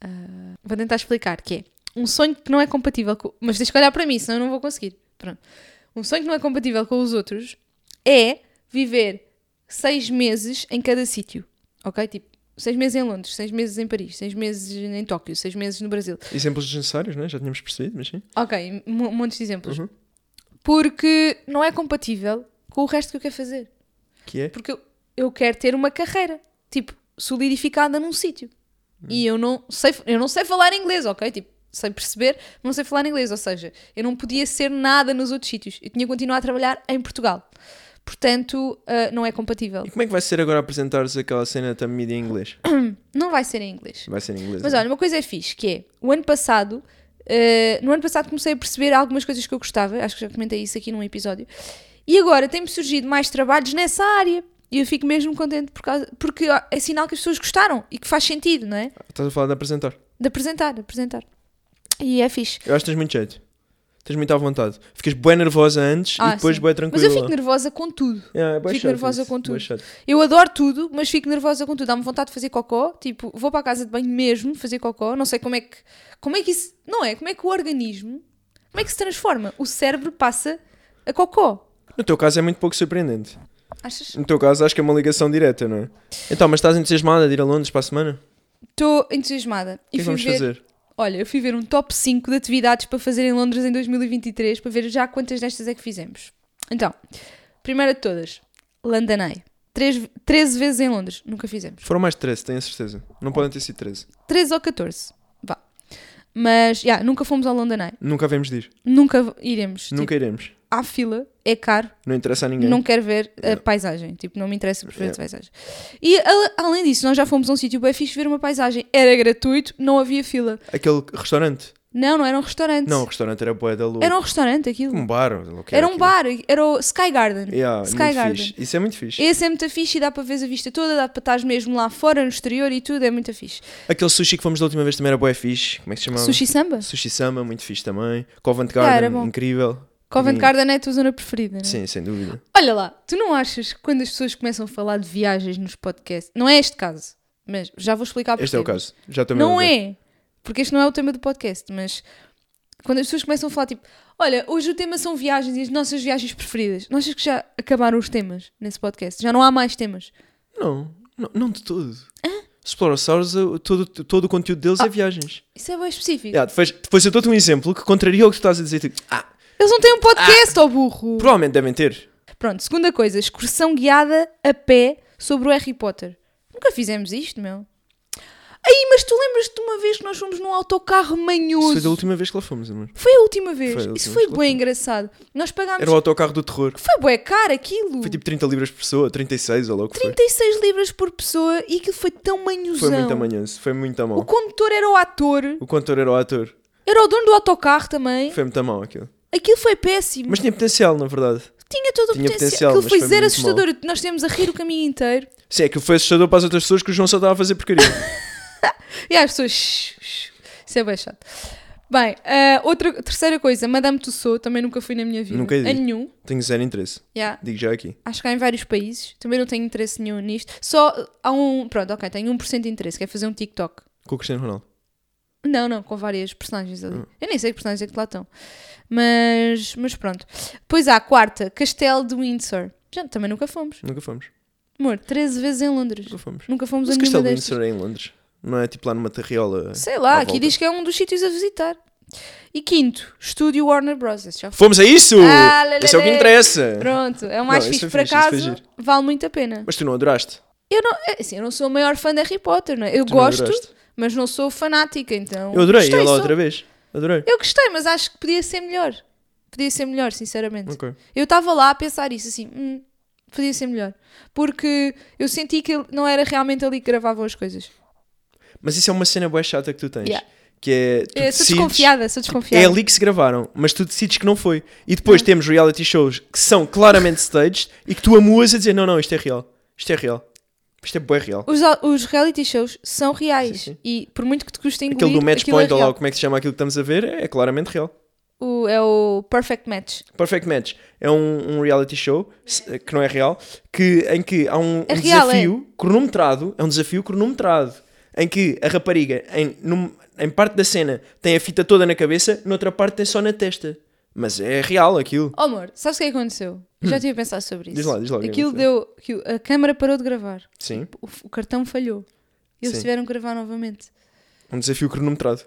Ah, vou tentar explicar, que é um sonho que não é compatível com... Mas tens que olhar para mim, senão eu não vou conseguir. Pronto. Um sonho que não é compatível com os outros é viver seis meses em cada sítio, ok? Tipo, seis meses em Londres, seis meses em Paris, seis meses em Tóquio, seis meses no Brasil. Exemplos desnecessários, né? Já tínhamos percebido, mas sim. Ok, um montes de exemplos. Uhum. Porque não é compatível com o resto que eu quero fazer Que é? porque eu, eu quero ter uma carreira, tipo, solidificada num sítio. E eu não sei, eu não sei falar inglês, ok? Tipo, sei perceber, não sei falar inglês, ou seja, eu não podia ser nada nos outros sítios. Eu tinha que continuar a trabalhar em Portugal. Portanto, ah, não é compatível. E como é que vai ser agora apresentares aquela cena da mídia em inglês? Não vai ser em inglês. Vai ser em inglês. Mas né? olha, uma coisa é fixe, que é, o ano passado, eh, no ano passado comecei a perceber algumas coisas que eu gostava, acho que já comentei isso aqui num episódio, e agora tem-me surgido mais trabalhos nessa área, e eu fico mesmo contente por causa, porque ó, é sinal que as pessoas gostaram, e que faz sentido, não é? Estás a falar de apresentar. De apresentar, de apresentar. E é fixe. Eu acho que tens muito jeito. Tens muito à vontade. Ficas bem nervosa antes Ah, e depois sim. bem tranquila. Mas eu fico nervosa com tudo. Yeah, é bué fico chato nervosa isso, com bué tudo. chato. Eu adoro tudo, mas fico nervosa com tudo. Dá-me vontade de fazer cocó. Tipo, vou para a casa de banho mesmo fazer cocó. Não sei como é que. Como é que isso. Não é? Como é que o organismo. Como é que se transforma? O cérebro passa a cocó. No teu caso é muito pouco surpreendente. Achas? No teu caso acho que é uma ligação direta, não é? Então, mas estás entusiasmada de ir a Londres para a semana? Estou entusiasmada. O que é que vamos fazer? Olha, eu fui ver um top 5 de atividades para fazer em Londres em 2023 para ver já quantas destas é que fizemos. Então, primeira de todas, London Eye. Três- 13 vezes em Londres. Nunca fizemos. Foram mais de 13, tenho a certeza. Não podem ter sido 13. 13 ou 14. Vá. Mas, já, nunca fomos ao London Eye. Nunca vemos de ir. Nunca v- iremos. Nunca É. iremos. Tipo, há fila, é caro, Não interessa a ninguém. não quero ver a paisagem. Tipo, não me interessa por É. ver a paisagem. E ale- além disso, nós já fomos a um sítio bem fixe ver uma paisagem. Era gratuito, não havia fila. Aquele restaurante. Não, não era um restaurante. Não, o restaurante era boa da lua. Era um restaurante aquilo. um bar. ou lá o que Era um aquilo. bar, era o Sky Garden. Yeah, Sky muito Garden. fixe. Isso é muito fixe. Esse é muito fixe e dá para ver a vista toda, dá para estar mesmo lá fora, no exterior e tudo, é muito fixe. Aquele sushi que fomos da última vez também era boa fixe. Como é que se chamava? Sushi Samba? Sushi Sama, muito fixe também. Covent Yeah, era Garden, bom. incrível. Covent Sim. Garden é a tua zona preferida, não é? Sim, sem dúvida. Olha lá, tu não achas que quando as pessoas começam a falar de viagens nos podcasts, não é este caso, mas já vou explicar porque. Este é o caso. Já estou mesmo Não a ver. é, porque este não é o tema do podcast, mas quando as pessoas começam a falar tipo, olha, hoje o tema são viagens e as nossas viagens preferidas, não achas que já acabaram os temas nesse podcast? Já não há mais temas? Não, não, não de todo. Os Plorosaurus, eh, todo, todo o conteúdo deles Ah. é viagens. Isso é bem específico. Yeah, depois, depois eu dou-te um exemplo que contraria o que tu estás a dizer. Tu- Ah, Eles não têm um podcast, ó burro! provavelmente devem ter. Pronto, segunda coisa, excursão guiada a pé sobre o Harry Potter. Nunca fizemos isto, meu. Aí, mas tu lembras-te de uma vez que nós fomos num autocarro Isso foi da manhoso? última vez que lá fomos, amor. Foi a última vez. Foi a última Isso vez foi que lá bem fomos. engraçado. Nós pagámos. Era o autocarro do terror. Foi bué caro aquilo. Foi tipo 30 libras por pessoa, 36 ou logo foi. 36 libras por pessoa e aquilo foi tão manhosão. Foi muito amanhoso, foi muito a O mal. condutor era o ator, O contor era o ator. era o dono do autocarro também. Foi muito a mal aquilo. Aquilo foi péssimo. Mas tinha potencial, na verdade. tinha todo o tinha potencial. potencial, Aquilo mas foi foi zero muito assustador. Nós estivemos a rir o caminho inteiro. Sim, é que foi assustador para as outras pessoas que o João só estava a fazer porcaria. E as pessoas. "Shh, shh." Isso é bem chato. Bem, ah, outra, terceira coisa, Madame Tussauds, também nunca fui na minha vida. Nunca A vi. nenhum. Tenho zero interesse. Yeah. Digo já aqui. Acho que há em vários países. Também não tenho interesse nenhum nisto. Só ah, há um. Pronto, ok, tenho 1% de interesse, que é fazer um TikTok. Com o Cristiano Ronaldo. Não, não, com várias personagens ali. Hum. Eu nem sei que personagens é que lá estão. Mas, mas pronto. Pois há a quarta, Castelo de Windsor. Já também nunca fomos. Nunca fomos. Amor, 13 vezes em Londres. Nunca fomos. Nunca fomos Mas a nenhuma Castelo de destas. Windsor é em Londres. Não é tipo lá numa terriola. Sei lá, à aqui volta. diz que é um dos sítios a visitar. E quinto, estúdio Warner Bros. Esse já foi. Fomos a isso! Ah, lá, lá, Esse é o que lá. interessa! Pronto, é o mais Não, fixe. isso é Por fixe, isso foi acaso, giro. vale muito a pena. Mas tu não adoraste? Eu não, é assim, eu não sou a maior fã de Harry Potter, não é? Eu Tu não gosto, adoraste? mas não sou fanática, então. Eu adorei, Gostei ia lá só. outra vez. Adorei. Eu gostei, mas acho que podia ser melhor. Podia ser melhor, sinceramente. Ok. Eu estava lá a pensar isso, assim, hum, podia ser melhor. Porque eu senti que não era realmente ali que gravavam as coisas. Mas isso é uma cena boa chata que tu tens. Yeah. Que é. Tu Eu sou decides- desconfiada, sou É desconfiada. ali que se gravaram, mas tu decides que não foi. E depois temos reality shows que são claramente staged e que tu amuas a dizer: não, não, isto é real. Isto é real. Isto é bué real. Os, os reality shows são reais. Sim, sim. E por muito que te custe engolir, Aquele do match aquilo point, é ou lá real. como é que se chama aquilo que estamos a ver, é claramente real. O, é o Perfect Match. Perfect Match é um, um reality show se- que não é real, que, em que há um, É um real, desafio cronometrado, é um desafio cronometrado, em que a rapariga, em, num- em parte da cena, tem a fita toda na cabeça, noutra parte tem só na testa. Mas é real aquilo. Oh, amor, sabes o que é que aconteceu? Eu já tive a pensar sobre isso. Hum. Diz lá, diz lá o que Aquilo aconteceu. deu. aquilo- a câmara parou de gravar. Sim, O, o cartão falhou. Eles Sim. tiveram que gravar novamente. um desafio cronometrado.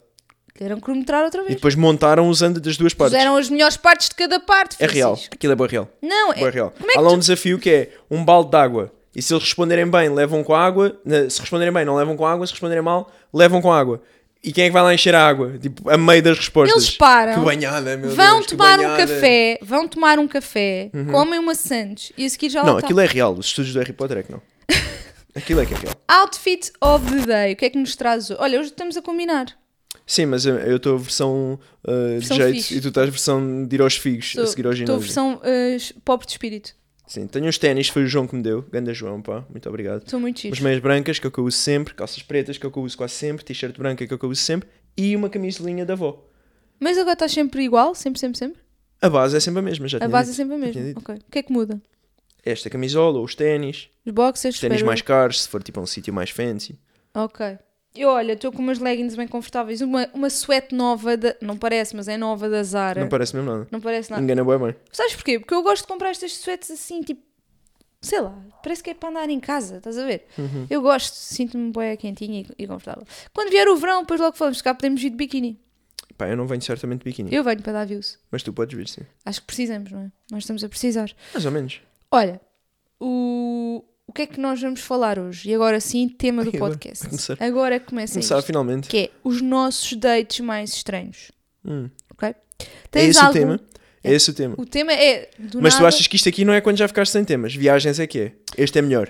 Tiveram que cronometrar outra E vez. depois montaram usando das duas partes. Puseram as melhores partes de cada parte. É real, Francisco. aquilo é boa real. Não, Boa é. real. Como é Há que lá tu- um desafio que é um balde de água. E se eles responderem bem, levam com água. Na- Se responderem bem, não levam com água. Se responderem mal, levam com água. E quem é que vai lá encher a água? Tipo, a meio das respostas. Eles param. Que banhada, meu Vão Deus, que tomar um banhada. Uhum. café, vão tomar um café, comem uma Santos e a seguir já lá Não, tá. aquilo é real. Os estudos do Harry Potter é que não. Aquilo é que é real. Outfit of the day, o que é que nos traz hoje? Olha, hoje estamos a combinar. Sim, mas eu- eu estou a versão, uh, Versão de jeito fixe. e tu estás a versão de ir aos figos a seguir Estou ao a ginásio. versão uh, pobre de espírito. Sim, tenho uns ténis, foi o João que me deu. Ganda João, pá. Muito obrigado. Estou muito Umas chique. meias brancas, que é o que eu uso sempre, calças pretas, que é o que eu uso quase sempre, t-shirt branca, que é o que eu uso sempre, e uma camisolinha da avó. Mas agora estás sempre igual? Sempre, sempre, sempre? A base é sempre a mesma, já A tinha base é dito. sempre a Já mesma. tinha dito. Ok. O que é que muda? Esta camisola, ou os ténis, Os boxers, os ténis espero. mais caros, se for tipo a um sítio mais fancy. Ok. Eu, olha, estou com umas leggings bem confortáveis, uma, uma sweat nova, da... não parece, mas é nova da Zara. Não parece mesmo nada. Não parece nada. Engana boa mãe. Sabes porquê? Porque eu gosto de comprar estas sweats assim, tipo, sei lá, parece que é para andar em casa, estás a ver? Uhum. Eu gosto, sinto-me bem quentinha e, e confortável. Quando vier o verão, depois logo falamos, se cá podemos ir de biquíni. Pá, eu não venho certamente de biquíni, Eu venho para dar views. mas tu podes vir, sim. Acho que precisamos, não é? Nós estamos a precisar. Mais ou menos. Olha, o, o que é que nós vamos falar hoje? E agora sim, tema do Ai, agora? podcast. Vai começar. Agora é que começa Começar isto. finalmente. que é os nossos dates mais estranhos. Hum. Ok? É Tens esse algum- o tema? É esse o tema. O tema é. Do Mas tu nada, achas que isto aqui não é quando já ficaste sem temas? Viagens é que é. Este é melhor.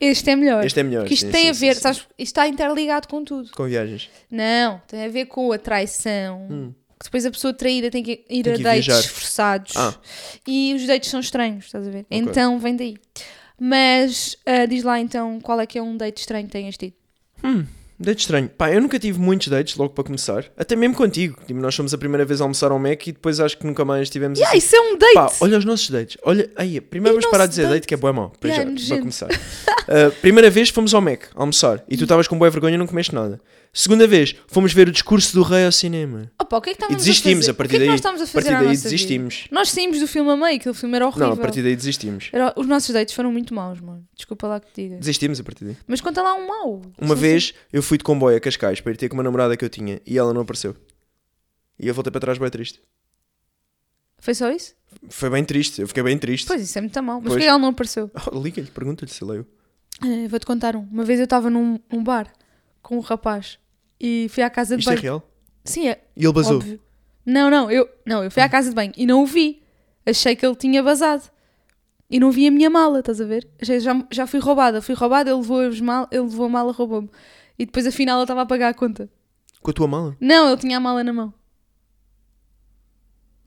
Este é melhor. Este é melhor, Porque isto sim, tem sim, a ver. sim, sim. sabes, isto está interligado com tudo. Com viagens. Não, tem a ver com a traição. Que depois a pessoa traída tem que ir Hum. Tem a que dates viajar. forçados. Ah. E os dates são estranhos, estás a ver? Então vem daí. Mas ah, diz lá então qual é que é um date estranho que tenhas tido. Date estranho. Pá, eu nunca tive muitos dates logo para começar. Até mesmo contigo. Tipo, nós fomos a primeira vez a almoçar ao Mac e depois acho que nunca mais tivemos assim. Ah, isso é um date! Pá, olha os nossos dates. Olha, aí, primeira E o vez parar nosso de dizer date, date? que é bué mau. Para, Ya, já, para nojento. começar. Uh, primeira vez fomos ao Mac almoçar e tu estavas com boa vergonha e não comeste nada. Segunda vez fomos ver o discurso do rei ao cinema. Opa, o que é que E estávamos desistimos a fazer? a partir o que é que daí. nós estávamos a fazer partir à daí nossa vida? desistimos. Nós saímos do filme a meio, aquele filme era horrível. Não, a partir daí desistimos. Era- os nossos dates foram muito maus, mano. Desculpa lá que te diga. Desistimos a partir daí. Mas conta lá um mau. Uma Sim, vez eu fui de comboio a Cascais para ir ter com uma namorada que eu tinha e ela não apareceu. E eu voltei para trás bem triste. sim. Foi só isso? Foi bem triste, eu fiquei bem triste. Pois, isso é muito mau. Mas Pois. porquê ela não apareceu? Oh, Liga-lhe, pergunta-lhe se leu. Eh, Vou-te contar um. Uma vez eu estava num um bar com um rapaz e fui à casa de Isto é banho. real? Sim, é. E ele basou. Ah. Óbvio. Não, não, eu, não, eu fui à casa de banho e não o vi. Achei que ele tinha vazado. E não vi a minha mala, estás a ver? Já, já, já fui roubada, fui roubada, ele levou, as mal, ele levou a mala, roubou-me. E depois afinal ele estava a pagar a conta. Com a tua mala? Não, ele tinha a mala na mão.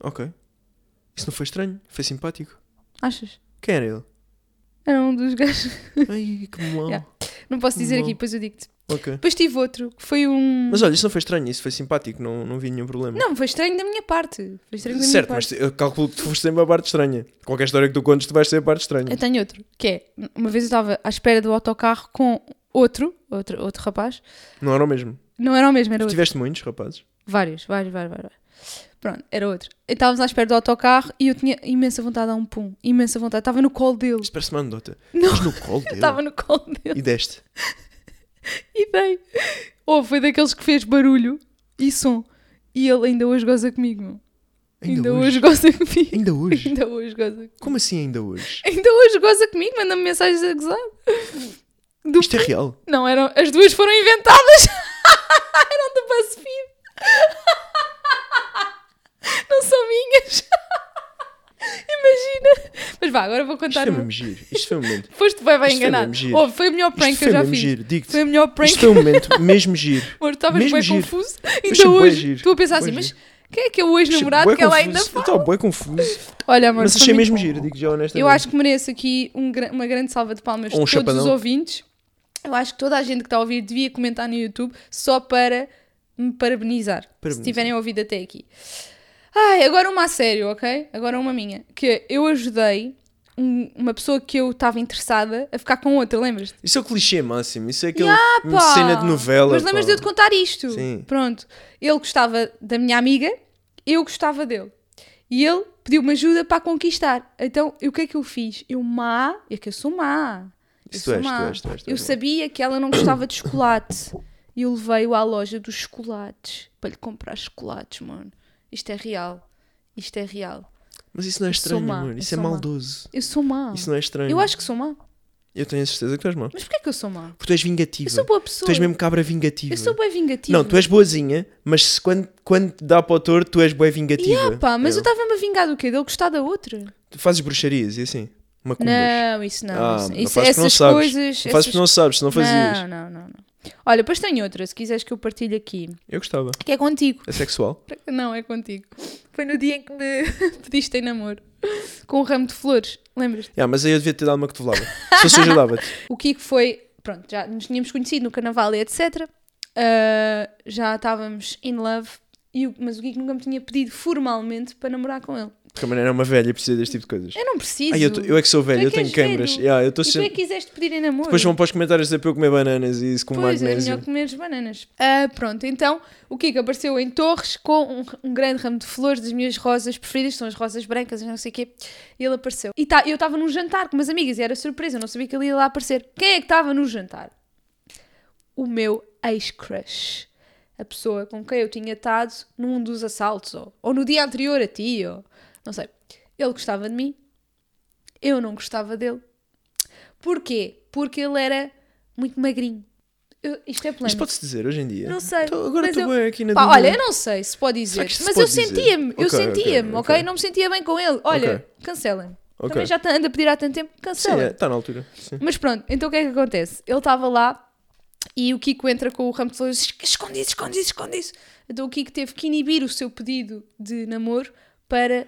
Ok. Isso não foi estranho, foi simpático. Achas? Quem era ele? Era um dos gajos. Ai, que mal. Yeah. Não posso dizer Bom. aqui, depois eu digo-te. Ok. Depois tive outro, que foi um. Mas olha, isso não foi estranho, isso foi simpático, não, não vi nenhum problema. Não, foi estranho da minha parte. Foi estranho da certo, minha mas parte. eu calculo que tu foste sempre a parte estranha. Qualquer história que tu contes, tu vais ser a parte estranha. Eu tenho outro, que é. Uma vez eu estava à espera do autocarro com outro, outro, outro rapaz. É- Não era o mesmo. Não era o mesmo, era outro. Tiveste muitos, rapazes. Vários, vários, vários, vários. vários. Pronto, era outro. E Estávamos à espera do autocarro e eu tinha imensa vontade a um pum. Imensa vontade. Estava no colo dele. Isto parece uma anedota. Não. Mas no colo dele. Estava no colo dele. E deste. E dei. Ou foi daqueles que fez barulho e som. E ele ainda hoje goza comigo, meu. Ainda, hoje. goza comigo. Ainda hoje? Ainda hoje goza Como assim ainda hoje? Ainda hoje goza comigo, manda-me mensagens a gozar. Do Isto é real. Não, eram, as duas foram inventadas. eram do BuzzFeed. Não são minhas. Imagina. Mas vá, agora vou Isto contar. foi uma. mesmo giro. Isto foi um momento. Foste bem, bem Isto foi enganado. mesmo giro. Houve, foi o melhor prank Isto que eu foi já mesmo fiz. giro. Digo-te. Foi o melhor prank. Isto foi um momento mesmo giro. Amor, estavas mesmo bem giro. confuso. achei Ainda bué hoje. giro, Estou a pensar bué assim, mas giro. quem é que é o ex-namorado Bué que ela confuso. ainda Eu fala? estava bué confuso. Olha, amor, Mas foi achei muito mesmo bom. giro. Digo já honestamente. Eu acho que mereço aqui um gra- uma grande salva de palmas Ou um de todos os chapadão. ouvintes. Eu acho que toda a gente que está a ouvir devia comentar no YouTube só para me parabenizar, se Parabenizar. tiverem ouvido até aqui. Ai, agora uma a sério, ok? Agora uma minha. Que eu ajudei um- uma pessoa que eu estava interessada a ficar com outra, lembras-te? Isso é o clichê máximo. Isso é aquele Pá! cena de novela. Mas lembras pá. de eu te contar isto? Sim. Pronto. Ele gostava da minha amiga, eu gostava dele. E ele pediu-me ajuda para a conquistar. Então, eu- o que é que eu fiz? Eu má, é que eu sou má. Eu Isso sou és, tu má. és, tu és, tu Eu és. sabia que ela não gostava de chocolate. E eu levei-o à loja dos chocolates para lhe comprar chocolates, mano. Isto é real. Isto é real. Mas isso não é Eu sou estranho, má, amor. eu Isso é sou má. maldoso. Eu sou má. Isso não é estranho. Eu acho que sou má. Eu tenho a certeza que tu és mau. Mas porquê que eu sou má? Porque tu és vingativa. Eu sou boa pessoa. Tu és mesmo cabra vingativa. Eu sou bem vingativa. Não, tu és boazinha, mas se quando, quando te dá para o torto, tu és boa vingativa. Yeah, pá, mas É. eu estava-me a vingar do quê? Dele gostar da outra? Tu fazes bruxarias e assim. Macumbas. Não, isso não. Ah, isso, não isso- fazes porque essas não sabes. coisas. Não fazes essas- porque não sabes, se não fazias. Não, não, não, não. Olha, depois tem outra, se quiseres que eu partilhe aqui, Eu gostava. que é contigo. É sexual. Não, é contigo. Foi no dia em que me pediste em namoro, com um ramo de flores, lembras-te? Ah, mas aí eu devia ter dado uma cotovelada. Se fosse eu ajudava-te. O Kiko foi, pronto, já nos tínhamos conhecido no carnaval e etc. Ah, já estávamos in love, e o- mas o Kiko nunca me tinha pedido formalmente para namorar com ele. Porque a maneira é uma velha e precisa deste tipo de coisas. Eu não preciso. Ai, eu, tô- eu é que sou velho, Tu é eu que tenho és câmeras. velho. Yeah, eu tô E tu é sempre- que quiseste pedir em namoro. Depois vão para os comentários dizer para eu comer bananas e isso com um Pois, é magnésio. melhor comeres bananas. Ah, pronto, então o Kiko apareceu em Torres com um, um grande ramo de flores das minhas rosas preferidas, são as rosas brancas e não sei o quê. E ele apareceu. E tá, eu estava num jantar com umas amigas e era surpresa, eu não sabia que ele ia lá aparecer. Quem é que estava no jantar? O meu ex-crush. A pessoa com quem eu tinha estado num dos assaltos, ou, ou no dia anterior a ti, ou não sei. Ele gostava de mim, eu não gostava dele. Porquê? Porque ele era muito magrinho. Eu- isto é Isto polémico. pode-se dizer hoje em dia. Não sei. Tô- agora mas estou eu- bem aqui na Pá, dúvida. Olha, eu não sei se pode dizer, Será que se mas eu pode dizer? sentia-me, eu Ok, ok, sentia-me, ok? ok. Não me sentia bem com ele. Olha, cancelem. Ok. Também já tá- anda a pedir há tanto tempo, Sim, cancelem. é, está na altura. Sim. Mas pronto, então o que é que acontece? Ele estava lá e o Kiko entra com o ramo de flores esconde isso, esconde isso, esconde isso. Então o Kiko teve que inibir o seu pedido de namoro para.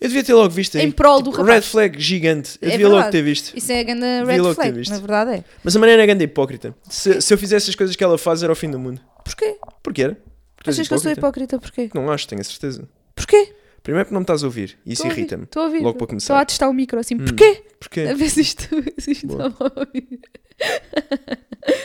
Eu devia ter logo visto aí. tipo, Em prol do rapaz. Red flag gigante. Eu É devia logo verdade. ter visto. Isso é a grande logo red ter flag, visto. na verdade é. Mas a maneira é grande hipócrita. Se, se eu fizesse as coisas que ela faz, era o fim do mundo. Porquê? Porquê era? Porque tu és Achas que eu sou hipócrita? Porquê? Não acho, tenho a certeza. Porquê? Primeiro é porque não me estás a ouvir. E isso Estou a ouvir, irrita-me. Estou a ouvir. Logo para Estou a começar. testar o micro assim. Porquê? A Porquê? ver se isto, se isto Boa. está a ouvir.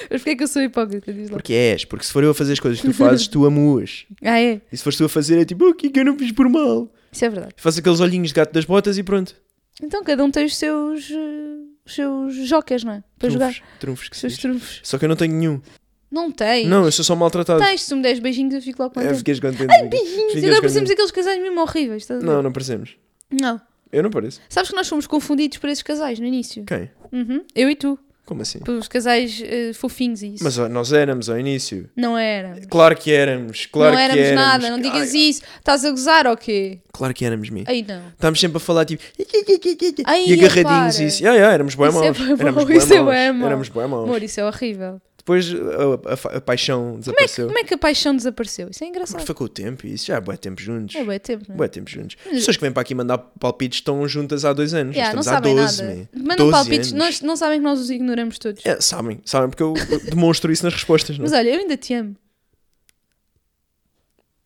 Mas porquê é que eu sou hipócrita? Diz lá. Porque és. Porque se for eu a fazer as coisas que tu fazes, tu amuas. Ah, é? E se fores tu a fazer, é tipo, o que que eu não fiz por mal? Isso é verdade. Faz aqueles olhinhos de gato das botas e pronto. Então cada um tem os seus, eh, os seus jokers, não é? Para jogar. Trunfos. Trunfos que Os se seus diz. trunfos. Só que eu não tenho nenhum. Não tens. Não, eu sou só maltratado. Tens, se me des beijinhos eu fico logo É, contente. fiquei contente. Ai, Beijinhos, agora parecemos aqueles casais mesmo horríveis. estás a ver? Não, não parecemos. Não. Eu não pareço. Sabes que nós fomos confundidos por esses casais no início? Quem? Uhum. Eu e tu. Como assim? Pelos casais eh, fofinhos e isso. Mas ó, nós éramos ao início. Não era. Claro que éramos. Claro não éramos que éramos. nada, não digas Ai, isso. Estás a gozar ou quê? Claro que éramos mim. Aí não. Estávamos sempre a falar tipo. Ai, e agarradinhos para. e isso. Yeah, yeah, éramos bem Isso é maus. bué mau, Éramos bué isso é maus. bué mau. Éramos bué maus. Amor, isso é horrível. Depois a, a fa- a paixão desapareceu. Como é que a paixão desapareceu? Isso é Porque engraçado. foi com o tempo e isso. Já é bué tempo juntos. É bué tempo, não é? Bué tempo juntos. As pessoas que vêm para aqui mandar palpites estão juntas há dois anos. Yeah, não Estamos sabem há 12, nada. man. Mandam 12 palpites, anos. nós, não sabem que nós os ignoramos todos. É, sabem, sabem, porque eu demonstro isso nas respostas, não é? Mas é- olha, eu ainda te amo.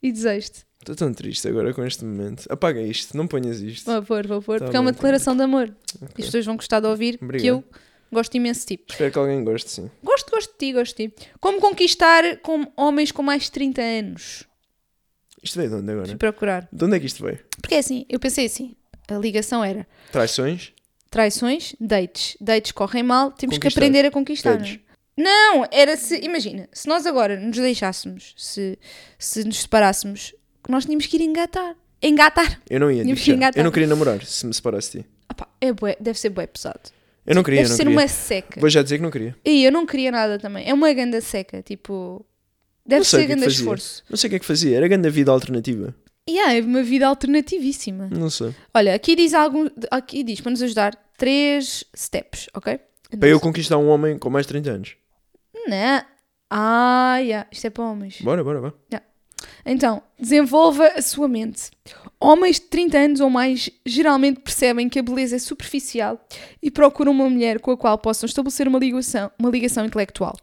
E desejo-te. Estou tão triste agora com este momento. Apaga isto, não ponhas isto. Vou pôr, vou pôr, Tá porque é uma bem, tá declaração de amor. E as pessoas vão gostar de ouvir Obrigado. que eu gosto imenso de ti. Espero que alguém goste, sim. Gosto, gosto de ti, gosto de ti. Como conquistar com homens com mais de 30 anos? Isto veio de onde agora? Fui procurar. De onde é que isto veio? Porque é assim, eu pensei assim, a ligação era Traições? traições, dates. Dates correm mal, temos que Conquistar. aprender a conquistar. Dedos. Não, é? Não, era se, imagina, se nós agora nos deixássemos, se, se nos separássemos, que nós tínhamos que ir engatar. Engatar. Eu não ia Tínhamos que dizer. engatar. Eu não queria namorar, se me separasse de ti. Ah pá, é bué, deve ser bué pesado. Eu não queria, Deve eu não ser queria. uma seca. Vou já dizer que não queria. E eu não queria nada também. É uma ganda seca, tipo. Deve não ser sei o que é que grande fazia. esforço. Não sei o que é que fazia. Era grande vida alternativa. E yeah, é uma vida alternativíssima. Não sei. Olha, aqui diz algum. Aqui diz para nos ajudar três steps, ok? Para eu conquistar um homem com mais de 30 anos. Não. Ah, yeah. né? isto é para homens. Bora, bora, bora. Então, desenvolva a sua mente. Homens de 30 anos ou mais geralmente percebem que a beleza é superficial e procuram uma mulher com a qual possam estabelecer uma ligação, uma ligação intelectual.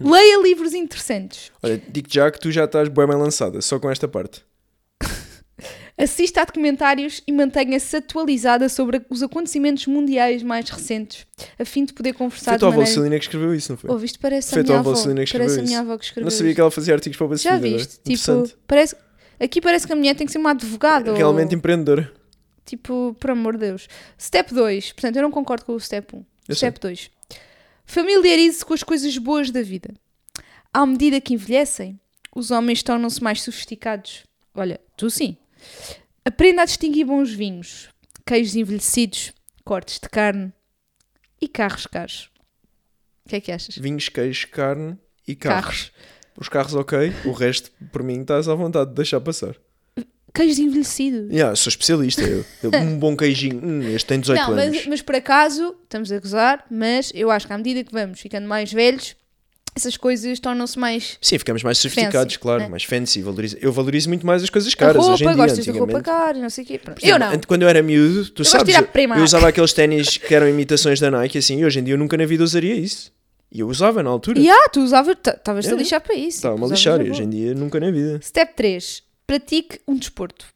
Hum. Leia livros interessantes. Olha, digo já que tu já estás bem bem lançada, só com esta parte. Assista a documentários e mantenha-se atualizada sobre os acontecimentos mundiais mais recentes, a fim de poder conversar Foi a Tá de tua avó maneira... Celina que escreveu isso, não foi? Ouve, isto parece Foi a a tua minha avó avó. Celina que escreveu Parece a isso. minha avó que escreveu não sabia isto. que ela fazia artigos para o BuzzFeed. Já agora. viste? Tipo, é? Interessante. parece... Aqui parece que a mulher tem que ser uma advogada. ou- Realmente empreendedora. Tipo, por amor de Deus. Step 2. Portanto, eu não concordo com o step 1. Eu step 2. Familiarize-se com as coisas boas da vida. À medida que envelhecem, os homens tornam-se mais sofisticados. Olha, tu sim. Aprenda a distinguir bons vinhos, queijos envelhecidos, cortes de carne e carros caros. O que é que achas? Vinhos, queijo, carne e carros. Os carros, ok. O resto, por mim, estás à vontade de deixar passar. Queijos envelhecidos. Yeah, sou especialista. Eu. Eu- um bom queijinho. Hum, este tem 18 Não, anos. mas, mas por acaso, estamos a gozar, mas eu acho que à medida que vamos ficando mais velhos, essas coisas tornam-se mais Sim, ficamos mais sofisticados, Fancy, claro. né? Mais fancy. Valorizo. Eu valorizo muito mais as coisas caras a roupa, hoje em dia. gostas da roupa antigamente. cara, não sei o quê. pronto. Por eu exemplo, não. ante- Quando eu era miúdo, tu gosto de sabes, ir à eu- Primark. eu usava aqueles ténis que eram imitações da Nike, assim, e hoje em dia eu nunca na vida usaria isso. E eu usava na altura. E ah, tu usavas, estavas-te a Yeah. lixar para isso. Estava-me a usavas lixar, na e hoje boa. em dia nunca na vida. Step 3. Pratique um desporto.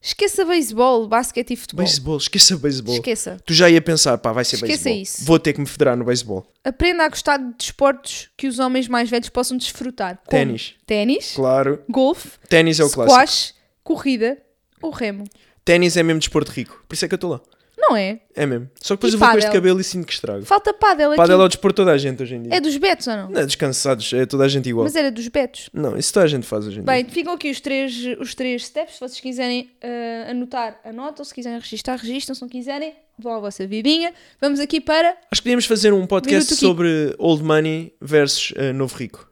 Esqueça beisebol, basquete e futebol. Beisebol, esqueça beisebol. Esqueça. Tu já ia pensar, pá, vai ser Esqueça beisebol. isso. Vou ter que me federar no beisebol. Aprenda a gostar de desportos que os homens mais velhos possam desfrutar. como Ténis. Ténis, Claro. golfe, Ténis é o clássico. squash, corrida ou remo. Ténis é mesmo desporto rico. Por isso é que eu estou lá. Não é? É mesmo. Só que depois E eu vou com este pádel? cabelo e sinto que estrago. Falta pádel aqui. Padel é o desporto de toda a gente hoje em dia. É dos betos ou não? Não é descansados, é toda a gente igual. Mas era dos betos. Não, isso toda a gente faz hoje em dia. Bem, ficam aqui os três, os três steps. Se vocês quiserem eh, anotar, anotam. Se quiserem registrar, registram. Se não quiserem, vão à vossa vidinha. Vamos aqui para. Acho que podíamos fazer um podcast Minuto Kiko. sobre old money versus eh, novo rico.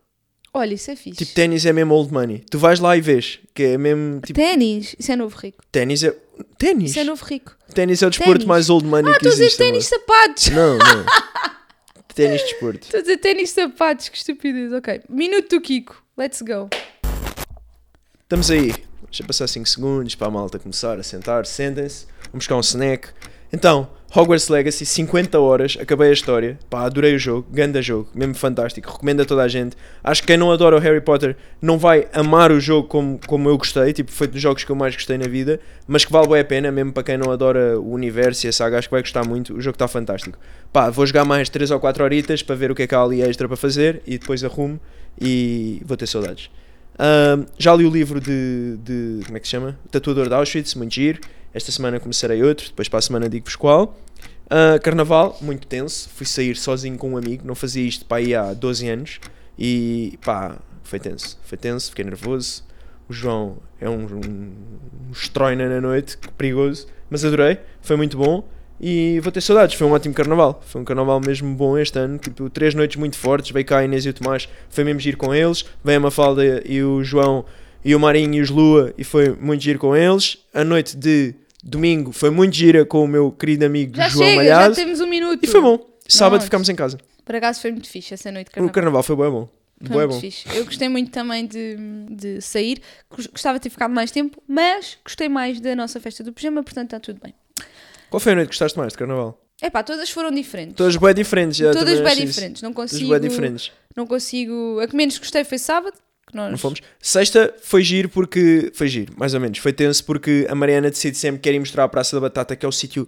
Olha, isso é fixe. Tipo, ténis é mesmo old money. Tu vais lá e vês que é mesmo tipo. Ténis. Isso é novo rico. Ténis é. Ténis? Isso é novo rico. Ténis é o desporto Ténis. mais old money Ah, estou que a dizer existe. ténis sapatos. amor. Não, não. ténis de desporto. Estou a dizer ténis sapatos. Que estupidez. Ok. Minuto do Kiko. Let's go. Estamos aí. Deixa passar 5 segundos para a malta começar a sentar. Sentem-se. Vamos buscar um snack. Então, Hogwarts Legacy, 50 horas. Acabei a história. Pá, adorei o jogo. Ganda jogo. Mesmo fantástico. Recomendo a toda a gente. Acho que quem não adora o Harry Potter não vai amar o jogo como, como eu gostei. Tipo, foi dos jogos que eu mais gostei na vida. Mas que vale bem a pena. Mesmo para quem não adora o universo e a saga, acho que vai gostar muito. O jogo está fantástico. Pá, vou jogar mais 3 ou 4 horitas para ver o que é que há ali extra para fazer. E depois arrumo. E vou ter saudades. Ahm, já li o livro de, de- Como é que se chama? Tatuador de Auschwitz, muito giro. Esta semana começarei outro, depois para a semana digo-vos qual. Ah, Carnaval, muito tenso. Fui sair sozinho com um amigo, não fazia isto para aí há 12 anos. E pá, foi tenso. Foi tenso, fiquei nervoso. O João é um, um, um estroina na noite, perigoso. Mas adorei, foi muito bom. E vou ter saudades, foi um ótimo carnaval. Foi um carnaval mesmo bom este ano, tipo, três noites muito fortes. Veio cá a Inês e o Tomás, foi mesmo giro com eles. Veio a Mafalda e o João e o Marinho e os Lua, e foi muito giro com eles. A noite de domingo foi muito gira com o meu querido amigo Já João chega. Malhado. Já temos um minuto. E foi bom. Sábado Nice. ficámos em casa. Por acaso foi muito fixe essa noite de O carnaval. carnaval foi um bem bom. Foi Bué muito bom. fixe. Eu gostei muito também de, de sair. Gos- Gostava de ter ficado mais tempo, mas gostei mais da nossa festa do pijama, portanto está tudo bem. Qual foi a noite que gostaste mais de carnaval? Epá, todas foram diferentes. Todas bem diferentes. já Todas também bem acho isso. diferentes. Não Todas consigo. bem diferentes. Não consigo. A que menos gostei foi sábado, que nós. Não fomos. Sexta foi giro porque. Foi giro, mais ou menos. Foi tenso porque a Mariana decide sempre que quer ir mostrar a Praça da Batata, que é o sítio.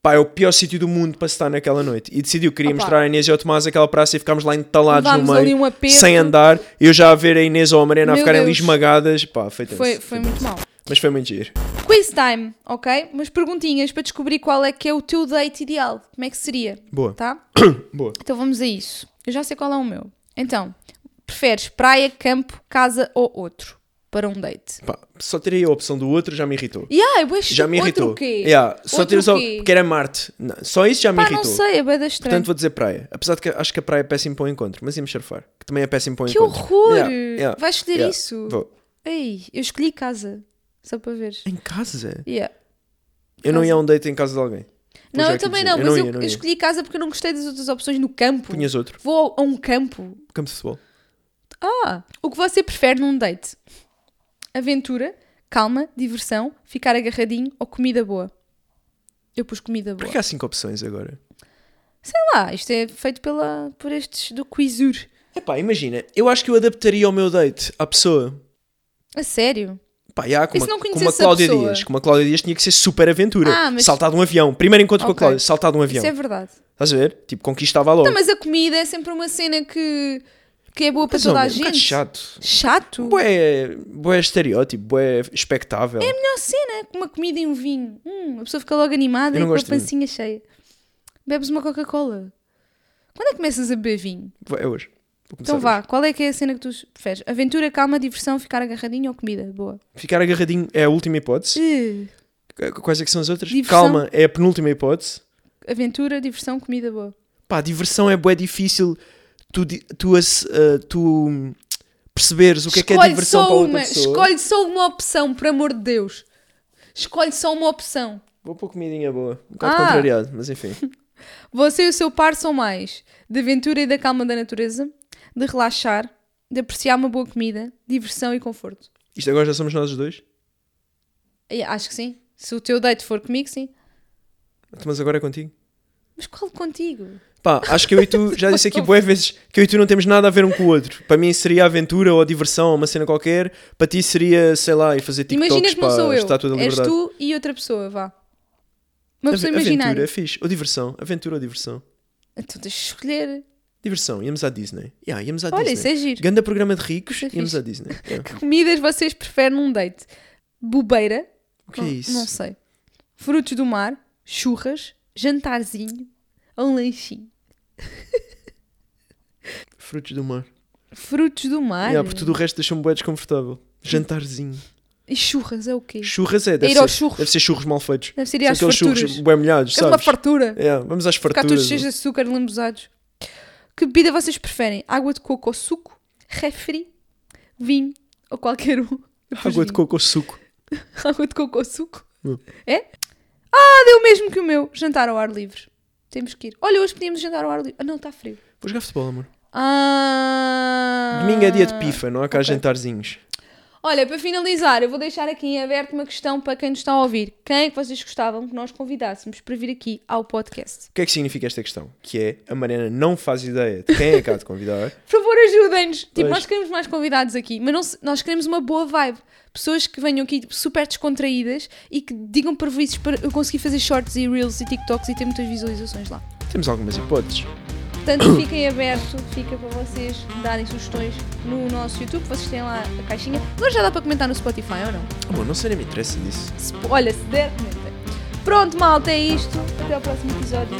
pá, pá, é o pior sítio do mundo para se estar naquela noite. E decidiu, queria Opa. mostrar a Inês e ao Tomás aquela praça e ficámos lá entalados Levámos no ali meio, um aperto. sem andar. Eu já a ver a Inês ou a Mariana a Meu ficarem ali Deus. esmagadas, pá, foi tenso. Foi, foi muito mal. Mas foi muito giro. Quiz time, ok? Umas perguntinhas para descobrir qual é que é o teu date ideal. Como é que seria? Boa. Tá? Boa. Então vamos a isso. Eu já sei qual é o meu. Então, preferes praia, campo, casa ou outro para um date? Pá, só terei a opção do outro, já me irritou. Yeah, eu acho Já me irritou. Outro quê? Yeah, só outro ter só. quê? Porque era Marte. Não, só isso já me Pá, irritou. não sei, é bem da estranha. Portanto, vou dizer praia. Apesar de que acho que a praia é péssimo para o encontro, mas ia-me charfar. Que também é péssimo para o Que encontro. horror! Yeah, yeah, Vais escolher yeah. isso? Vou. Ei, eu escolhi casa. Só para veres. Em casa? Yeah. Eu não Casa. ia a um date em casa de alguém. Vou Não, já eu aqui também dizer, não, mas eu, ia, eu ia. escolhi casa porque eu não gostei das outras opções no campo. Punhas outro. Vou a um campo. Campo de futebol. Ah, o que você prefere num date? Aventura, calma, diversão, ficar agarradinho ou comida boa? Eu pus comida boa. Porquê há cinco opções agora? Sei lá, isto é feito pela, por estes do Quizur. Epá, imagina. Eu acho que eu adaptaria o meu date à pessoa. A sério? Pá, já, com E se uma, não com uma conhecesse a Cláudia pessoa? Dias. Com uma Cláudia Dias tinha que ser super aventura. Ah, mas- Saltar de um avião. Primeiro encontro com a Ok. Cláudia, saltar de um avião. Isso é verdade. Estás a ver? Tipo, conquistava logo. Não, mas a comida é sempre uma cena que, que é boa para Mais toda ou a menos, um gente. bocado chato. Chato? Bué, bué estereótipo, bué espectável. Melhor cena, com uma comida e um vinho. Hum, a pessoa fica logo animada e Eu não com a gosto de vinho. pancinha cheia. Bebes uma Coca-Cola. Quando é que começas a beber vinho? Bué, É hoje. Vou começar Então hoje. vá, qual é que é a cena que tu preferes? Aventura, calma, diversão, ficar agarradinho ou comida? Boa. Ficar agarradinho é a última hipótese. Eh, Qu- Quais é que são as outras? Diversão. Calma, é a penúltima hipótese. Aventura, diversão, comida boa. Pá, diversão é bué difícil tu, di- tu, ass- ah, tu hum, perceberes o que é que é diversão só para outra uma, pessoa. escolhe só uma opção, por amor de Deus. Escolhe só uma opção. Vou pôr comidinha boa. Um bocado Ah. contrariado, mas enfim. Você e o seu par são mais de aventura e da calma da natureza, de relaxar, de apreciar uma boa comida, diversão e conforto. Isto agora já somos nós os dois? Eh, Acho que sim. Se o teu date for comigo, sim. Então, Mas agora é contigo? Mas qual contigo? Pá, acho que eu e tu, já disse aqui boas vezes, que eu e tu não temos nada a ver um com o outro. Para mim seria aventura ou diversão, uma cena qualquer. Para ti seria, sei lá, ir fazer TikToks Imagina que não para sou a eu. Estátua da És Liberdade. tu e outra pessoa, vá. Uma Ave- pessoa aventura, imaginária. é fixe. Ou diversão. Aventura ou diversão. Então tens de escolher. Diversão, íamos à Disney. Yeah, íamos à Olha, isso Disney. é giro. Ganda programa de ricos, Isso é íamos fixe. à Disney. Yeah. Que comidas vocês preferem num date? Bobeira? O que não, é isso? Não sei. Frutos do mar? Churras? Jantarzinho? Ou um lanchinho? Frutos do mar. Frutos do mar? Yeah, porque tudo o resto deixa-me bué desconfortável. Jantarzinho. E churras é o quê? Churras é, deve ir aos ser, churros. deve ser churros mal feitos. Deve ser ir São às aqueles farturas. churros bué molhados, Quero É uma sabes? É fartura. Yeah, vamos às Ficar farturas. todos cheios de açúcar, lambuzados. Que bebida vocês preferem? Água de coco ou suco? Refri? Vinho? Ou qualquer um? Eu pus Água de vinho. coco ou suco. Água de coco ou suco? Não. É? Ah, deu o mesmo que o meu. Jantar ao ar livre. Temos que ir. Olha, hoje podíamos jantar ao ar livre. Ah, não, está frio. Vou jogar futebol, amor. Ah... Domingo é dia de pifa, não há cá ok. jantarzinhos. Olha, para finalizar, eu vou deixar aqui em aberto uma questão para quem nos está a ouvir. Quem é que vocês gostavam que nós convidássemos para vir aqui ao podcast? O que é que significa esta questão? Que é, a Mariana não faz ideia de quem é que há de convidar. Por favor, ajudem-nos. Tipo, Pois. nós queremos mais convidados aqui, mas não se- nós queremos uma boa vibe. Pessoas que venham aqui tipo, super descontraídas e que digam prejuízos para eu conseguir fazer shorts e reels e TikToks e ter muitas visualizações lá. Temos algumas hipóteses. Portanto, fiquem aberto, fica para vocês darem sugestões no nosso YouTube, vocês têm lá a caixinha. Agora já dá para comentar no Spotify ou não? Amor, não sei nem me interessa disso. Se- olha, se der, comenta. Pronto, malta, é isto. Até ao próximo episódio.